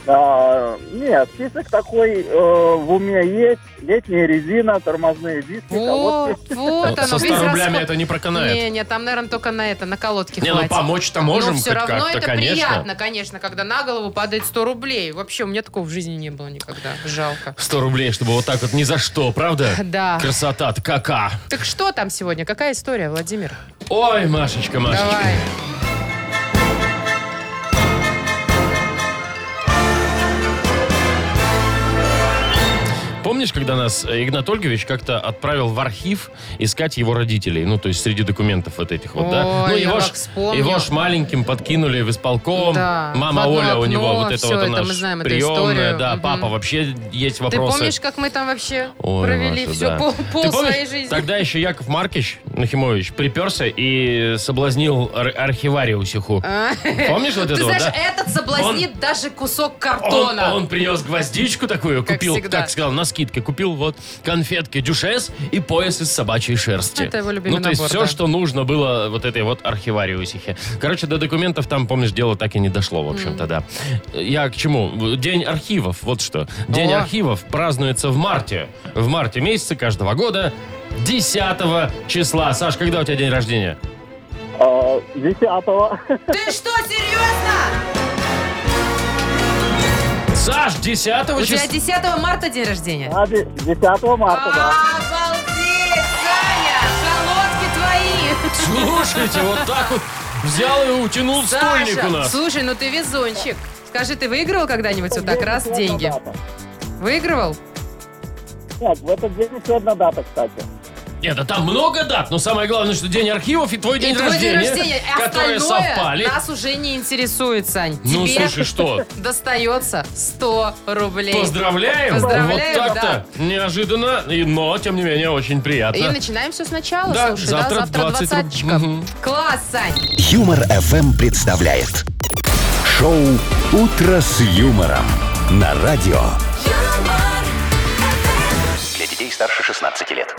[SPEAKER 5] А, нет, список такой э, в уме есть. Летняя резина, тормозные диски. А
[SPEAKER 3] Вот,
[SPEAKER 5] колодки.
[SPEAKER 3] вот
[SPEAKER 2] Ну,
[SPEAKER 3] оно.
[SPEAKER 2] Со 100
[SPEAKER 3] весь
[SPEAKER 2] рублями
[SPEAKER 3] расход.
[SPEAKER 2] это не проканает.
[SPEAKER 3] Не, не, там, наверное, только на это, на колодке
[SPEAKER 2] Не, ну
[SPEAKER 3] хватит.
[SPEAKER 2] помочь-то можем
[SPEAKER 3] Но все
[SPEAKER 2] хоть
[SPEAKER 3] равно
[SPEAKER 2] как-то,
[SPEAKER 3] это
[SPEAKER 2] конечно.
[SPEAKER 3] приятно, конечно, когда на голову падает 100 рублей. Вообще, у меня такого в жизни не было никогда. Жалко.
[SPEAKER 2] 100 рублей, чтобы вот так вот ни за что, правда?
[SPEAKER 3] Да.
[SPEAKER 2] Красота-то кака.
[SPEAKER 3] Так что там сегодня? Какая история, Владимир?
[SPEAKER 2] Ой, Машечка, Машечка.
[SPEAKER 3] Давай.
[SPEAKER 2] Помнишь, когда нас э, Игнат Ольгович как-то отправил в архив искать его родителей? Ну, то есть среди документов вот этих вот, да?
[SPEAKER 3] Ой,
[SPEAKER 2] ну,
[SPEAKER 3] я
[SPEAKER 2] его
[SPEAKER 3] как вспомню.
[SPEAKER 2] его ж маленьким подкинули в исполком.
[SPEAKER 3] Да.
[SPEAKER 2] Мама
[SPEAKER 3] В одно
[SPEAKER 2] Оля у него,
[SPEAKER 3] окно,
[SPEAKER 2] вот это
[SPEAKER 3] всё
[SPEAKER 2] вот
[SPEAKER 3] это
[SPEAKER 2] она
[SPEAKER 3] мы
[SPEAKER 2] ж
[SPEAKER 3] знаем, эту
[SPEAKER 2] приемная.
[SPEAKER 3] историю.
[SPEAKER 2] Да,
[SPEAKER 3] Мгм.
[SPEAKER 2] папа, вообще есть
[SPEAKER 3] Ты
[SPEAKER 2] вопросы.
[SPEAKER 3] помнишь, как мы там вообще
[SPEAKER 2] Ой,
[SPEAKER 3] провели
[SPEAKER 2] Маша,
[SPEAKER 3] всю
[SPEAKER 2] да.
[SPEAKER 3] пол, пол
[SPEAKER 2] Ты помнишь,
[SPEAKER 3] своей жизни?
[SPEAKER 2] Тогда еще Яков Маркич Нахимович приперся и соблазнил ар- архивариусиху.
[SPEAKER 3] А?
[SPEAKER 2] Помнишь вот
[SPEAKER 3] Ты
[SPEAKER 2] это вот,
[SPEAKER 3] знаешь,
[SPEAKER 2] да?
[SPEAKER 3] этот соблазнит даже кусок
[SPEAKER 2] Он,
[SPEAKER 3] картона.
[SPEAKER 2] он принес гвоздичку такую,
[SPEAKER 3] Как
[SPEAKER 2] купил,
[SPEAKER 3] всегда.
[SPEAKER 2] так сказал, на скидке, купил вот конфетки дюшес и пояс из собачьей шерсти.
[SPEAKER 3] Это его любимый
[SPEAKER 2] Ну, то есть
[SPEAKER 3] набор,
[SPEAKER 2] все,
[SPEAKER 3] да.
[SPEAKER 2] что нужно было вот этой вот архивариусихе. Короче, до документов там, помнишь, дело так и не дошло, в общем-то, да. Я к чему? День архивов, вот что. День
[SPEAKER 3] О.
[SPEAKER 2] архивов празднуется в марте. В марте месяце каждого года 10 числа. Саш, когда у тебя день рождения?
[SPEAKER 5] А, Десятого.
[SPEAKER 3] Ты что, серьезно?
[SPEAKER 2] Саш, 10
[SPEAKER 3] У тебя
[SPEAKER 2] числа.
[SPEAKER 3] 10 марта день рождения?
[SPEAKER 5] А, де- Десятого марта, да.
[SPEAKER 3] Обалдеть, Саня! Колодки твои!
[SPEAKER 2] Слушайте, вот так вот взял и утянул стольник у
[SPEAKER 3] Саша,
[SPEAKER 2] нас.
[SPEAKER 3] слушай, ну ты везунчик. Скажи, ты выигрывал когда-нибудь вот так
[SPEAKER 5] Десять
[SPEAKER 3] раз
[SPEAKER 5] лет
[SPEAKER 3] деньги?
[SPEAKER 5] назад.
[SPEAKER 3] Выигрывал? А!
[SPEAKER 5] Нет, в этот день еще одна дата, кстати.
[SPEAKER 2] Нет, да там много дат, но самое главное, что день архивов и твой день,
[SPEAKER 3] И твой
[SPEAKER 2] рождения,
[SPEAKER 3] день рождения, и
[SPEAKER 2] которые совпали.
[SPEAKER 3] остальное нас уже не интересует, Сань.
[SPEAKER 2] Ну,
[SPEAKER 3] Тебе
[SPEAKER 2] слушай, что?
[SPEAKER 3] достается 100 рублей.
[SPEAKER 2] Поздравляем!
[SPEAKER 3] Поздравляем,
[SPEAKER 2] вот так-то неожиданно, и, но, тем не менее, очень приятно.
[SPEAKER 3] И начинаем все сначала,
[SPEAKER 2] Да,
[SPEAKER 3] слушай,
[SPEAKER 2] завтра
[SPEAKER 3] да, завтра
[SPEAKER 2] 20 руб-
[SPEAKER 3] двадцаточка.
[SPEAKER 2] Мгм.
[SPEAKER 3] Класс, Сань!
[SPEAKER 1] Юмор FM представляет шоу Утро с юмором на радио.
[SPEAKER 7] юмор,
[SPEAKER 4] Для детей старше 16 лет.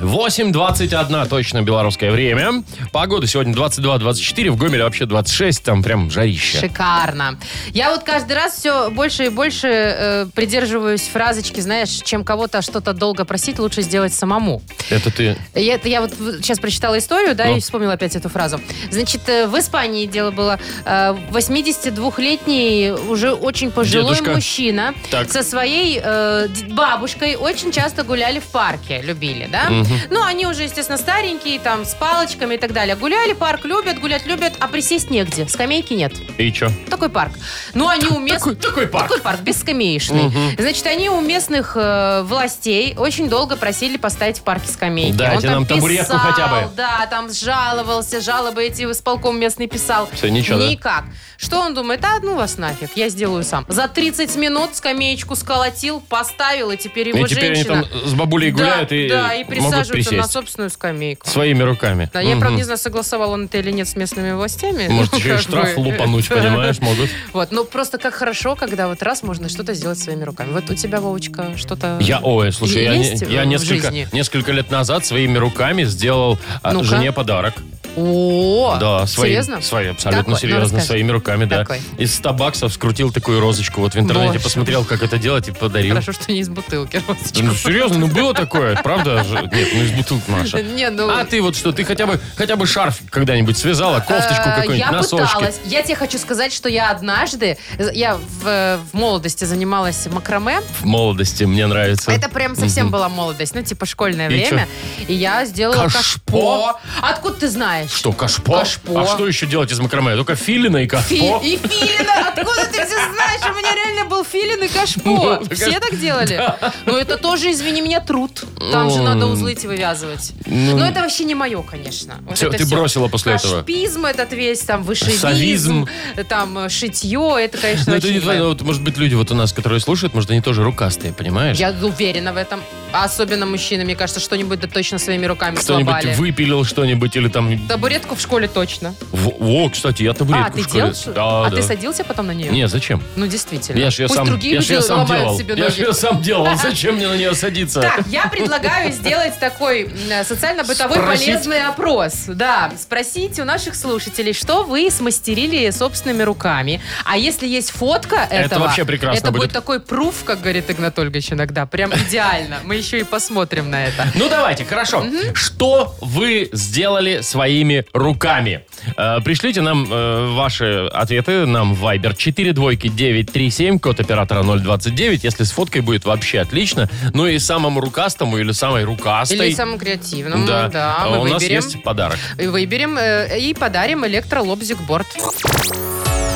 [SPEAKER 2] 8.21 точно белорусское время. Погода сегодня 22-24, в Гомеле вообще 26, там прям жарище.
[SPEAKER 3] Шикарно. Я вот каждый раз все больше и больше э, придерживаюсь фразочки, знаешь, чем кого-то что-то долго просить, лучше сделать самому.
[SPEAKER 2] Это ты...
[SPEAKER 3] И это я вот сейчас прочитала историю, да,
[SPEAKER 2] Ну.
[SPEAKER 3] и вспомнила опять эту фразу. Значит, э, в Испании дело было. э, 82-летний, уже очень пожилой
[SPEAKER 2] Дедушка.
[SPEAKER 3] мужчина
[SPEAKER 2] Так.
[SPEAKER 3] со своей э, д- бабушкой очень часто гуляли в парке, любили, да? Ну, они уже, естественно, старенькие, там, с палочками и так далее. Гуляли, парк любят, гулять любят, а присесть негде, скамейки нет.
[SPEAKER 2] И чё?
[SPEAKER 3] Такой парк. Ну, они уместны.
[SPEAKER 2] Такой, такой парк.
[SPEAKER 3] Такой парк, бескамеечный. Значит, они у местных э, властей очень долго просили поставить в парке скамейки.
[SPEAKER 2] Дайте
[SPEAKER 3] Он там
[SPEAKER 2] нам табуретку
[SPEAKER 3] писал,
[SPEAKER 2] хотя бы.
[SPEAKER 3] Да, там жаловался, жалобы эти в исполком местный писал.
[SPEAKER 2] Всё, ничего, да?
[SPEAKER 3] Никак. Что он думает? А, ну вас нафиг, я сделаю сам. За 30 минут скамеечку сколотил, поставил, и теперь его
[SPEAKER 2] И теперь
[SPEAKER 3] женщина...
[SPEAKER 2] они там с бабулей
[SPEAKER 3] Да,
[SPEAKER 2] гуляют и,
[SPEAKER 3] да, и
[SPEAKER 2] могут
[SPEAKER 3] присаживаются на
[SPEAKER 2] присесть.
[SPEAKER 3] собственную скамейку.
[SPEAKER 2] Своими руками.
[SPEAKER 3] Да, я,
[SPEAKER 2] Мгм.
[SPEAKER 3] правда, не знаю, согласовал он это или нет с местными властями.
[SPEAKER 2] Может,
[SPEAKER 3] Ну,
[SPEAKER 2] еще и
[SPEAKER 3] как
[SPEAKER 2] штраф
[SPEAKER 3] бы.
[SPEAKER 2] лупануть, понимаешь, могут.
[SPEAKER 3] Вот, ну просто как хорошо, когда вот раз можно что-то сделать своими руками. Вот у тебя, Вовочка, что-то...
[SPEAKER 2] Я, ой, слушай, я, не-
[SPEAKER 3] Э, Есть
[SPEAKER 2] я
[SPEAKER 3] в
[SPEAKER 2] несколько,
[SPEAKER 3] жизни?
[SPEAKER 2] несколько лет назад своими руками сделал а,
[SPEAKER 3] Ну-ка.
[SPEAKER 2] жене подарок.
[SPEAKER 3] О,
[SPEAKER 2] Да, свои,
[SPEAKER 3] серьезно?
[SPEAKER 2] свои, абсолютно
[SPEAKER 3] Какой? Ну,
[SPEAKER 2] серьезно,
[SPEAKER 3] расскажи.
[SPEAKER 2] своими руками, да.
[SPEAKER 3] Какой?
[SPEAKER 2] Из 100 баксов скрутил такую розочку. Вот в интернете
[SPEAKER 3] Боже.
[SPEAKER 2] посмотрел, как это делать и подарил.
[SPEAKER 3] Хорошо, что не из бутылки розочку.
[SPEAKER 2] Ну, серьезно, ну было такое, правда же? Нет, ну из бутылки, Маша.
[SPEAKER 3] Не, ну,
[SPEAKER 2] А ты вот что, ты хотя бы, хотя бы шарф когда-нибудь связала, кофточку
[SPEAKER 3] Э,
[SPEAKER 2] какую-нибудь,
[SPEAKER 3] Я
[SPEAKER 2] носочки?
[SPEAKER 3] пыталась. Я тебе хочу сказать, что я однажды, я в, э, в молодости занималась макраме.
[SPEAKER 2] В молодости мне нравится.
[SPEAKER 3] Это прям совсем была молодость, ну типа школьное
[SPEAKER 2] И
[SPEAKER 3] время. И я сделала
[SPEAKER 2] Кашпо?
[SPEAKER 3] кашпо. Откуда ты знаешь?
[SPEAKER 2] Что, кашпо?
[SPEAKER 3] Кашпо.
[SPEAKER 2] А что еще делать из макраме? Только филина и кашпо.
[SPEAKER 3] Фи- И филина. Откуда ты все знаешь? У меня реально был филин и кашпо.
[SPEAKER 2] Ну, так
[SPEAKER 3] Все
[SPEAKER 2] это-
[SPEAKER 3] так делали? Но это тоже, извини меня, труд. Там же
[SPEAKER 2] М.
[SPEAKER 3] надо узлы эти вывязывать.
[SPEAKER 2] Ну.
[SPEAKER 3] Но это вообще не мое, конечно. Вот
[SPEAKER 2] Всё,
[SPEAKER 3] это
[SPEAKER 2] ты
[SPEAKER 3] всё.
[SPEAKER 2] бросила после этого?
[SPEAKER 3] Кашпизм этот весь, там,
[SPEAKER 2] Савизм.
[SPEAKER 3] вышивизм, там, э, шитье. Это, конечно,
[SPEAKER 2] Ну, это
[SPEAKER 3] вообще
[SPEAKER 2] не
[SPEAKER 3] не
[SPEAKER 2] твоя,
[SPEAKER 3] мое.
[SPEAKER 2] вот, может быть, люди вот у нас, которые слушают, может, они тоже рукастые, понимаешь?
[SPEAKER 3] Я уверена в этом. А особенно мужчины, мне кажется, что-нибудь да точно своими руками
[SPEAKER 2] Кто-нибудь
[SPEAKER 3] сломали.
[SPEAKER 2] выпилил что-нибудь или там...
[SPEAKER 3] Табуретку в школе точно.
[SPEAKER 2] Во, во, кстати, я табуретку
[SPEAKER 3] а, ты
[SPEAKER 2] в школе-
[SPEAKER 3] делал?
[SPEAKER 2] Да,
[SPEAKER 3] а
[SPEAKER 2] да.
[SPEAKER 3] ты садился потом на нее?
[SPEAKER 2] Не, зачем?
[SPEAKER 3] Ну, действительно.
[SPEAKER 2] Я ж ее
[SPEAKER 3] Пусть
[SPEAKER 2] сам,
[SPEAKER 3] другие
[SPEAKER 2] я ж
[SPEAKER 3] люди
[SPEAKER 2] её сам
[SPEAKER 3] ломают
[SPEAKER 2] делал.
[SPEAKER 3] себе
[SPEAKER 2] я ж
[SPEAKER 3] ноги.
[SPEAKER 2] её сам делал. Зачем мне на нее садиться?
[SPEAKER 3] Так, я предлагаю сделать такой м, социально-бытовой
[SPEAKER 2] Спросить.
[SPEAKER 3] полезный опрос. Да, спросите у наших слушателей, что вы смастерили собственными руками. А если есть фотка этого,
[SPEAKER 2] вообще прекрасно
[SPEAKER 3] это будет.
[SPEAKER 2] будет.
[SPEAKER 3] такой пруф, как говорит Игнат Ольгович иногда. Прям идеально. Мы еще и посмотрим на это.
[SPEAKER 2] Ну давайте, хорошо. Что вы сделали своими руками? Э, пришлите нам э, ваши ответы нам в Viber 42937, код оператора 029. Если с фоткой будет вообще отлично. Ну и самому рукастому или самой рукастой.
[SPEAKER 3] Или самым креативным, да,
[SPEAKER 2] А
[SPEAKER 3] мы
[SPEAKER 2] у нас
[SPEAKER 3] выберем.
[SPEAKER 2] есть подарок.
[SPEAKER 3] И Выберем э, и подарим электролобзик-борд.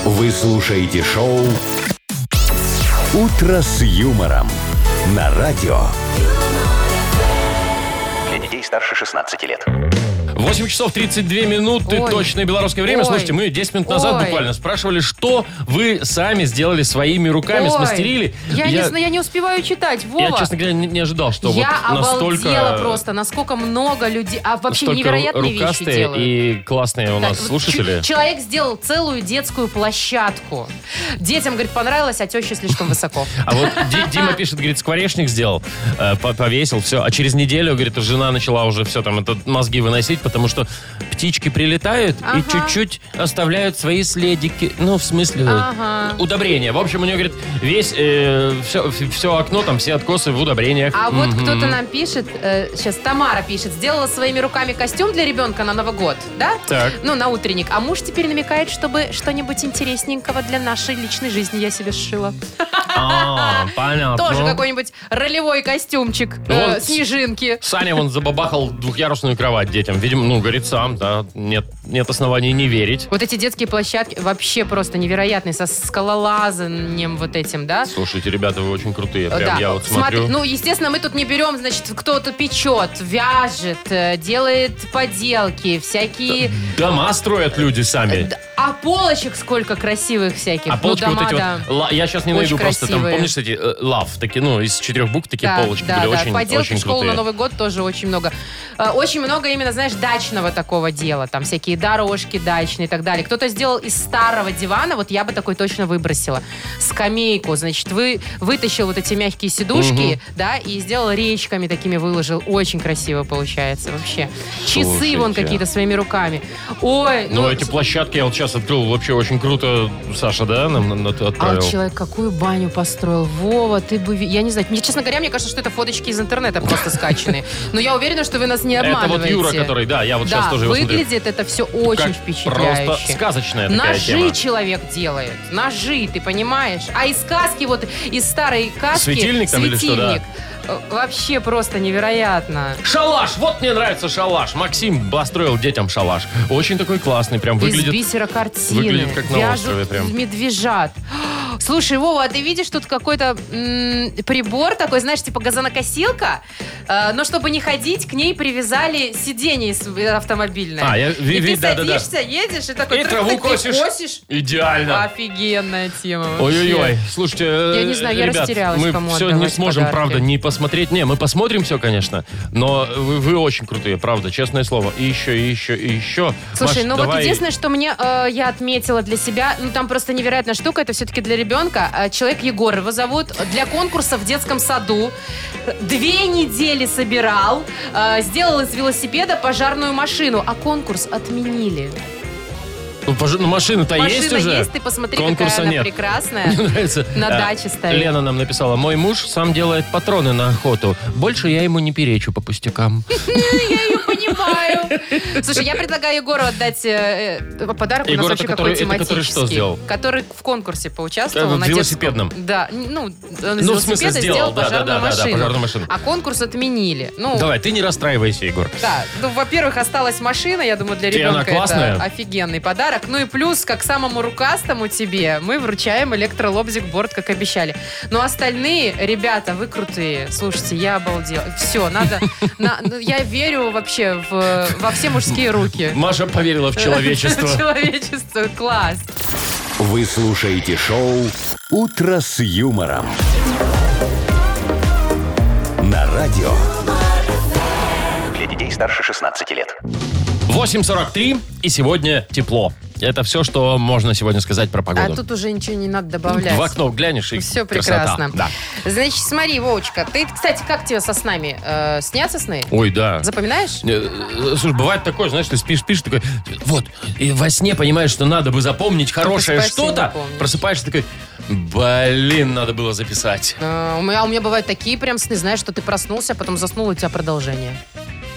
[SPEAKER 1] Вы слушаете шоу «Утро с юмором» на радио.
[SPEAKER 4] Для детей старше 16 лет.
[SPEAKER 2] 8 часов 32 минуты,
[SPEAKER 3] Ой.
[SPEAKER 2] точное белорусское время.
[SPEAKER 3] Ой.
[SPEAKER 2] Слушайте, мы 10 минут назад
[SPEAKER 3] Ой.
[SPEAKER 2] буквально спрашивали, что вы сами сделали своими руками,
[SPEAKER 3] Ой,
[SPEAKER 2] смастерили.
[SPEAKER 3] Я, Не, зна- я не успеваю читать, Вова.
[SPEAKER 2] я, честно говоря, не, не ожидал, что
[SPEAKER 3] я
[SPEAKER 2] вот настолько...
[SPEAKER 3] обалдела просто, насколько много людей, а вообще
[SPEAKER 2] настолько
[SPEAKER 3] невероятные вещи
[SPEAKER 2] рукастые
[SPEAKER 3] делают.
[SPEAKER 2] и классные у
[SPEAKER 3] Так,
[SPEAKER 2] нас
[SPEAKER 3] вот
[SPEAKER 2] слушатели.
[SPEAKER 3] ч- Человек сделал целую детскую площадку. Детям, говорит, понравилось, а теще слишком высоко.
[SPEAKER 2] А вот Ди- Дима пишет, говорит, скворечник сделал, э, по- повесил, все. А через неделю, говорит, жена начала уже все там это мозги выносить, потому что птички прилетают и
[SPEAKER 3] Ага.
[SPEAKER 2] чуть-чуть оставляют свои следики. Ну, в смысле,
[SPEAKER 3] Ага.
[SPEAKER 2] удобрения. В общем, у нее, говорит, весь, все, окно, там все откосы в удобрениях.
[SPEAKER 3] А вот
[SPEAKER 2] Мгм.
[SPEAKER 3] кто-то нам пишет, сейчас Тамара пишет, сделала своими руками костюм для ребенка на Новый год, да?
[SPEAKER 2] Так.
[SPEAKER 3] Ну, на утренник. А муж теперь намекает, чтобы что-нибудь интересненького для нашей личной жизни я себе сшила.
[SPEAKER 2] А, понятно.
[SPEAKER 3] Тоже какой-нибудь ролевой костюмчик,
[SPEAKER 2] Ну,
[SPEAKER 3] э,
[SPEAKER 2] он-
[SPEAKER 3] снежинки.
[SPEAKER 2] Саня, он забабахал двухъярусную кровать детям. Видимо, ну, говорит сам, да, нет, нет оснований не верить.
[SPEAKER 3] Вот эти детские площадки вообще просто невероятные, со скалолазанием вот этим, да? Э,
[SPEAKER 2] Слушайте, ребята, вы очень крутые. Прям
[SPEAKER 3] Да,
[SPEAKER 2] я вот
[SPEAKER 3] смотри-
[SPEAKER 2] смотрю.
[SPEAKER 3] ну, естественно, мы тут не берем, значит, кто-то печет, вяжет, э, делает поделки, всякие...
[SPEAKER 2] Дома строят люди сами.
[SPEAKER 3] Д- А полочек сколько красивых всяких.
[SPEAKER 2] А
[SPEAKER 3] Ну,
[SPEAKER 2] полочки
[SPEAKER 3] дома,
[SPEAKER 2] вот эти
[SPEAKER 3] да.
[SPEAKER 2] вот, ла- я сейчас не
[SPEAKER 3] Очень
[SPEAKER 2] найду просто там,
[SPEAKER 3] красивые.
[SPEAKER 2] помнишь эти э, лав, такие, ну, из четырех букв такие
[SPEAKER 3] Да,
[SPEAKER 2] полочки
[SPEAKER 3] да,
[SPEAKER 2] были,
[SPEAKER 3] да.
[SPEAKER 2] очень,
[SPEAKER 3] Поделки
[SPEAKER 2] очень
[SPEAKER 3] в школу
[SPEAKER 2] крутые.
[SPEAKER 3] на Новый год тоже очень много. Э, Очень много именно, знаешь, дачного такого дела. Там всякие дорожки дачные и так далее. Кто-то сделал из старого дивана, вот я бы такой точно выбросила. Скамейку, значит, вы, вытащил вот эти мягкие сидушки, да, и сделал речками такими выложил. Очень красиво получается вообще. Часы вон
[SPEAKER 2] Слушайте.
[SPEAKER 3] какие-то своими руками. Ой,
[SPEAKER 2] Ну, эти площадки я вот сейчас открыл, вообще очень круто, Саша, да, нам, нам это
[SPEAKER 3] А
[SPEAKER 2] отправил?
[SPEAKER 3] вот человек какую баню построил? Вова, ты бы... ви- Я не знаю. Мне, честно говоря, мне кажется, что это фоточки из интернета просто скачанные. Но я уверена, что вы нас не
[SPEAKER 2] это
[SPEAKER 3] обманываете.
[SPEAKER 2] вот Юра, который, да, я вот
[SPEAKER 3] да,
[SPEAKER 2] сейчас тоже его смотрю.
[SPEAKER 3] выглядит это все очень
[SPEAKER 2] Как Просто
[SPEAKER 3] впечатляюще.
[SPEAKER 2] сказочная такая
[SPEAKER 3] Ножи
[SPEAKER 2] тема.
[SPEAKER 3] человек делает. Ножи, ты понимаешь? А из сказки, вот из старой каски...
[SPEAKER 2] Светильник там или что, да?
[SPEAKER 3] светильник. Э, Вообще просто невероятно.
[SPEAKER 2] Шалаш! Вот мне нравится шалаш. Максим построил детям шалаш. Очень такой классный, прям
[SPEAKER 3] Из
[SPEAKER 2] выглядит.
[SPEAKER 3] бисера картины.
[SPEAKER 2] выглядит как на
[SPEAKER 3] Вяжут
[SPEAKER 2] острове прям.
[SPEAKER 3] медвежат. Слушай, Вова, а ты видишь тут какой-то м, прибор такой, знаешь, типа газонокосилка, Э, но чтобы не ходить, к ней привязали сиденье с- автомобильное.
[SPEAKER 2] А, я ви-
[SPEAKER 3] и
[SPEAKER 2] ви-
[SPEAKER 3] ты
[SPEAKER 2] да-да-да.
[SPEAKER 3] садишься, едешь, и такой
[SPEAKER 2] И
[SPEAKER 3] трык-тык,
[SPEAKER 2] траву косишь.
[SPEAKER 3] косишь.
[SPEAKER 2] Идеально.
[SPEAKER 3] Офигенная тема вообще.
[SPEAKER 2] Ой-ой-ой, слушайте, э,
[SPEAKER 3] Я не знаю, я
[SPEAKER 2] ребят,
[SPEAKER 3] растерялась,
[SPEAKER 2] мы
[SPEAKER 3] кому
[SPEAKER 2] все не
[SPEAKER 3] отдавать
[SPEAKER 2] сможем,
[SPEAKER 3] подарки.
[SPEAKER 2] правда, не посмотреть. Не, мы посмотрим все, конечно, но вы, вы очень крутые, правда, честное слово. И еще, и еще, и еще.
[SPEAKER 3] Слушай,
[SPEAKER 2] Маш,
[SPEAKER 3] ну вот
[SPEAKER 2] давай-
[SPEAKER 3] единственное, что мне э, я отметила для себя, ну там просто невероятная штука, это все-таки для ребенка. Э, Человек Егор его зовут. Для конкурса в детском саду. Две недели собирал. э, Сделал из велосипеда пожарную машину. А конкурс отменили.
[SPEAKER 2] Ну, пож- ну, машина-то
[SPEAKER 3] Машина
[SPEAKER 2] есть уже.
[SPEAKER 3] ты посмотри,
[SPEAKER 2] Конкурса
[SPEAKER 3] какая она
[SPEAKER 2] нет.
[SPEAKER 3] прекрасная.
[SPEAKER 2] Мне нравится.
[SPEAKER 3] На
[SPEAKER 2] А,
[SPEAKER 3] даче стоит.
[SPEAKER 2] Лена нам написала, мой муж сам делает патроны на охоту. Больше я ему не перечу по пустякам.
[SPEAKER 3] Я ее понимаю. Слушай, я предлагаю Егору отдать э, э, подарок. У нас
[SPEAKER 2] Егор,
[SPEAKER 3] вообще
[SPEAKER 2] это
[SPEAKER 3] какой
[SPEAKER 2] который- это который что
[SPEAKER 3] тематический.
[SPEAKER 2] сделал?
[SPEAKER 3] Который в конкурсе поучаствовал.
[SPEAKER 2] Э,
[SPEAKER 3] на
[SPEAKER 2] велосипедном.
[SPEAKER 3] детском. Да, ну, он из
[SPEAKER 2] Ну, в смысле,
[SPEAKER 3] велосипеда
[SPEAKER 2] сделал,
[SPEAKER 3] сделал
[SPEAKER 2] да, да, да,
[SPEAKER 3] пожарную
[SPEAKER 2] да, да, пожарную машину.
[SPEAKER 3] машину. А конкурс отменили. Ну,
[SPEAKER 2] Давай, ты не расстраивайся, Егор.
[SPEAKER 3] Да, ну, во-первых, осталась машина, я думаю, для
[SPEAKER 2] И она
[SPEAKER 3] ребенка
[SPEAKER 2] классная.
[SPEAKER 3] это офигенный подарок. Ну и плюс, как самому рукастому тебе, мы вручаем электролобзик борт, как обещали. Но остальные, ребята, вы крутые. Слушайте, я обалдела. Все, надо... на- ну, Я верю вообще в- во все мужские руки.
[SPEAKER 2] Маша поверила в человечество.
[SPEAKER 3] В Человечество, класс.
[SPEAKER 1] Вы слушаете шоу «Утро с юмором». На радио.
[SPEAKER 4] Для детей старше 16 лет.
[SPEAKER 2] 8.43, и сегодня тепло. Это все, что можно сегодня сказать про
[SPEAKER 3] А
[SPEAKER 2] погоду.
[SPEAKER 3] тут уже ничего не надо добавлять.
[SPEAKER 2] В окно глянешь, и
[SPEAKER 3] Все
[SPEAKER 2] красота.
[SPEAKER 3] прекрасно.
[SPEAKER 2] Да.
[SPEAKER 3] Значит, смотри, Вовочка, ты, кстати, как тебе со снами? Э, снятся сны?
[SPEAKER 2] Ой, да.
[SPEAKER 3] Запоминаешь?
[SPEAKER 2] Э, э, Слушай, бывает такое, знаешь, ты спишь, спишь, такой, вот, и во сне понимаешь, что надо бы запомнить хорошее
[SPEAKER 3] Просыпаешься и не
[SPEAKER 2] что-то,
[SPEAKER 3] помнишь.
[SPEAKER 2] просыпаешься такой, блин, надо было записать.
[SPEAKER 3] А, у, меня, у меня бывают такие прям сны, знаешь, что ты проснулся, а потом заснул, и у тебя продолжение.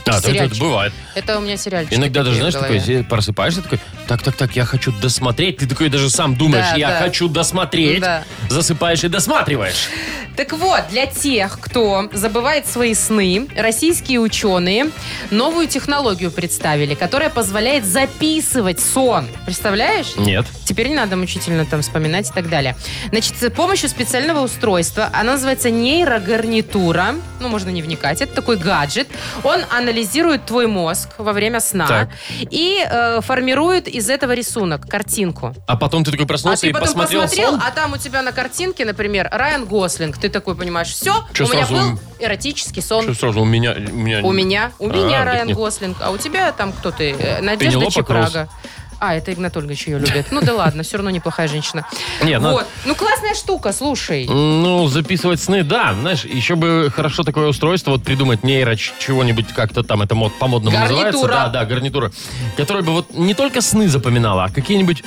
[SPEAKER 2] А, это,
[SPEAKER 3] Сериальчик.
[SPEAKER 2] бывает.
[SPEAKER 3] Это у меня сериальчик.
[SPEAKER 2] Иногда даже,
[SPEAKER 3] такие в
[SPEAKER 2] знаешь, такой,
[SPEAKER 3] голове.
[SPEAKER 2] э, просыпаешься, такой, так-так-так, я хочу досмотреть. Ты такой даже сам думаешь,
[SPEAKER 3] Да,
[SPEAKER 2] я
[SPEAKER 3] да.
[SPEAKER 2] хочу досмотреть.
[SPEAKER 3] Да.
[SPEAKER 2] Засыпаешь и досматриваешь.
[SPEAKER 3] Так вот, для тех, кто забывает свои сны, российские ученые новую технологию представили, которая позволяет записывать сон. Представляешь?
[SPEAKER 2] Нет.
[SPEAKER 3] Теперь не надо мучительно там вспоминать и так далее. Значит, с помощью специального устройства, она называется нейрогарнитура, ну, можно не вникать, это такой гаджет. Он анализирует твой мозг во время сна
[SPEAKER 2] Так.
[SPEAKER 3] и э, формирует из этого рисунок, картинку.
[SPEAKER 2] А потом ты такой
[SPEAKER 3] А
[SPEAKER 2] проснулся
[SPEAKER 3] ты
[SPEAKER 2] и
[SPEAKER 3] потом
[SPEAKER 2] посмотрел,
[SPEAKER 3] посмотрел,
[SPEAKER 2] сон.
[SPEAKER 3] а там у тебя на картинке, например, Райан Гослинг. Ты такой понимаешь, все,
[SPEAKER 2] Чё
[SPEAKER 3] у меня
[SPEAKER 2] сразу
[SPEAKER 3] был
[SPEAKER 2] ум-
[SPEAKER 3] эротический сон.
[SPEAKER 2] Что сразу у меня... У меня...
[SPEAKER 3] У меня, у
[SPEAKER 2] А,
[SPEAKER 3] меня
[SPEAKER 2] так
[SPEAKER 3] Райан
[SPEAKER 2] нет.
[SPEAKER 3] Гослинг, а у тебя там кто ты? Э, Надежда
[SPEAKER 2] Пенелопа
[SPEAKER 3] Чепрага. А, это Игнат Ольгович ее любит. Ну да ладно, все равно неплохая женщина.
[SPEAKER 2] Не, ну-
[SPEAKER 3] Вот. Ну классная штука, слушай.
[SPEAKER 2] Ну, записывать сны, да. Знаешь, еще бы хорошо такое устройство, вот придумать нейро ч- чего-нибудь как-то там, это мод по-модному
[SPEAKER 3] Гарнитура.
[SPEAKER 2] называется. Да, да, гарнитура. Которая бы вот не только сны запоминала, а какие-нибудь,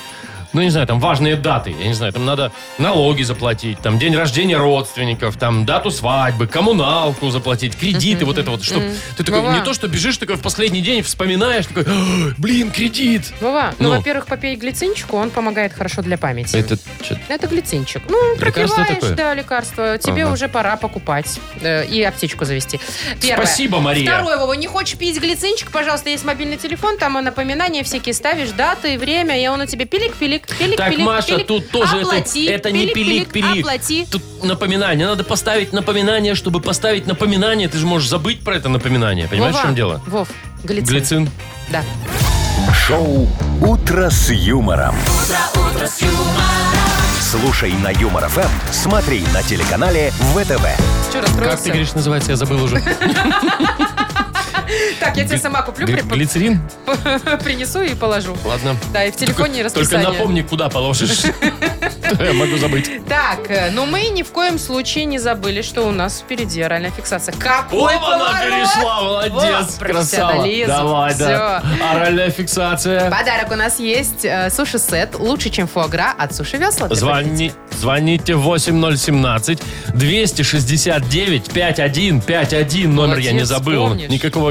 [SPEAKER 2] ну, не знаю, там важные даты. Я не знаю, там надо налоги заплатить, там день рождения родственников, там дату свадьбы, коммуналку заплатить, кредиты, вот это вот. Что, Ты такой,
[SPEAKER 3] Вова.
[SPEAKER 2] не то, что бежишь такой в последний день, вспоминаешь, такой, «А, блин, кредит.
[SPEAKER 3] Вова, ну,
[SPEAKER 2] Ну.
[SPEAKER 3] во-первых, попей глицинчику, он помогает хорошо для памяти.
[SPEAKER 2] Это чё-
[SPEAKER 3] Это глицинчик. Ну,
[SPEAKER 2] Лекарство такое?
[SPEAKER 3] пропиваешь, да, лекарство. Тебе
[SPEAKER 2] Ага.
[SPEAKER 3] уже пора покупать э, и аптечку завести. Первое.
[SPEAKER 2] Спасибо, Мария.
[SPEAKER 3] Второе, Вова, не хочешь пить глицинчик, пожалуйста, есть мобильный телефон, там и напоминания всякие ставишь, даты, время, и он у тебя пилик-пилик, пилик-пилик,
[SPEAKER 2] Так, Маша,
[SPEAKER 3] пилик.
[SPEAKER 2] тут тоже это-
[SPEAKER 3] Оплати,
[SPEAKER 2] это, не пилик-пилик.
[SPEAKER 3] Оплати.
[SPEAKER 2] Тут напоминание. Надо поставить напоминание, чтобы поставить напоминание. Ты же можешь забыть про это напоминание. Понимаешь,
[SPEAKER 3] Вова,
[SPEAKER 2] в чем дело?
[SPEAKER 3] Вов, глицин.
[SPEAKER 2] Глицин.
[SPEAKER 3] Да.
[SPEAKER 1] Шоу «Утро с юмором». Слушай на Юмор ФМ, смотри на телеканале ВТВ.
[SPEAKER 3] Что, расстроился?
[SPEAKER 2] Как ты говоришь, называется? Я забыл уже.
[SPEAKER 3] Так, я тебе сама куплю, при-
[SPEAKER 2] Гли- Глицерин?
[SPEAKER 3] принесу и положу.
[SPEAKER 2] Ладно.
[SPEAKER 3] Да, и в телефоне
[SPEAKER 2] Только
[SPEAKER 3] расписание.
[SPEAKER 2] напомни, куда положишь. То Я могу забыть.
[SPEAKER 3] Так, э, но мы ни в коем случае не забыли, что у нас впереди оральная фиксация. Какой
[SPEAKER 2] Оп, она
[SPEAKER 3] поворот!
[SPEAKER 2] перешла, молодец,
[SPEAKER 3] Вот,
[SPEAKER 2] красава.
[SPEAKER 3] профессионализм,
[SPEAKER 2] Давай, да.
[SPEAKER 3] всё.
[SPEAKER 2] Оральная фиксация.
[SPEAKER 3] Подарок у нас есть. э, Суши-сет лучше, чем фуагра от Суши Весла.
[SPEAKER 2] Звони, звоните 8017-269-5151. Номер я не
[SPEAKER 3] Молодец,
[SPEAKER 2] забыл.
[SPEAKER 3] помнишь.
[SPEAKER 2] Никакого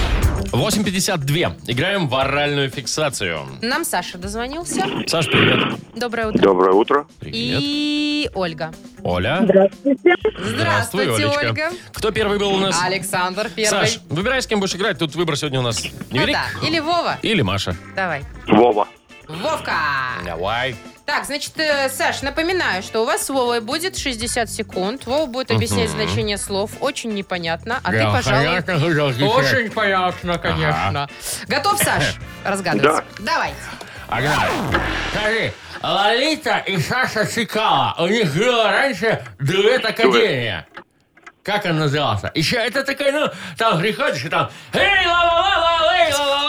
[SPEAKER 2] 8.52. Играем в оральную фиксацию.
[SPEAKER 3] Нам Саша дозвонился.
[SPEAKER 2] Саш, привет.
[SPEAKER 3] Доброе утро.
[SPEAKER 8] Доброе утро.
[SPEAKER 2] Привет.
[SPEAKER 3] И Ольга.
[SPEAKER 2] Оля.
[SPEAKER 3] Здравствуйте,
[SPEAKER 2] Олечка.
[SPEAKER 3] Ольга.
[SPEAKER 2] Кто первый был у нас?
[SPEAKER 3] Александр первый.
[SPEAKER 2] Саш, выбирай, с кем будешь играть. Тут выбор сегодня у нас
[SPEAKER 3] Ну
[SPEAKER 2] невелик.
[SPEAKER 3] да, Или Вова.
[SPEAKER 2] Или Маша.
[SPEAKER 3] Давай.
[SPEAKER 8] Вова.
[SPEAKER 3] Вовка!
[SPEAKER 2] Давай.
[SPEAKER 3] Так, значит, э, Саш, напоминаю, что у вас с Вовой будет 60 секунд. Вова будет объяснять значение слов. Очень непонятно. А ты, пожалуй,
[SPEAKER 2] пожалуй... Э.
[SPEAKER 3] понятно, конечно. Готов, Саш, разгадывать? Давай.
[SPEAKER 2] Погнали. Скажи, Лолита и Саша Чикала, у них было раньше дуэт Академия. Как он назывался? Еще это такой, ну, там приходишь и там... «Эй, ла-ла-ла-ла, эй, ла-ла-ла-ла-эй».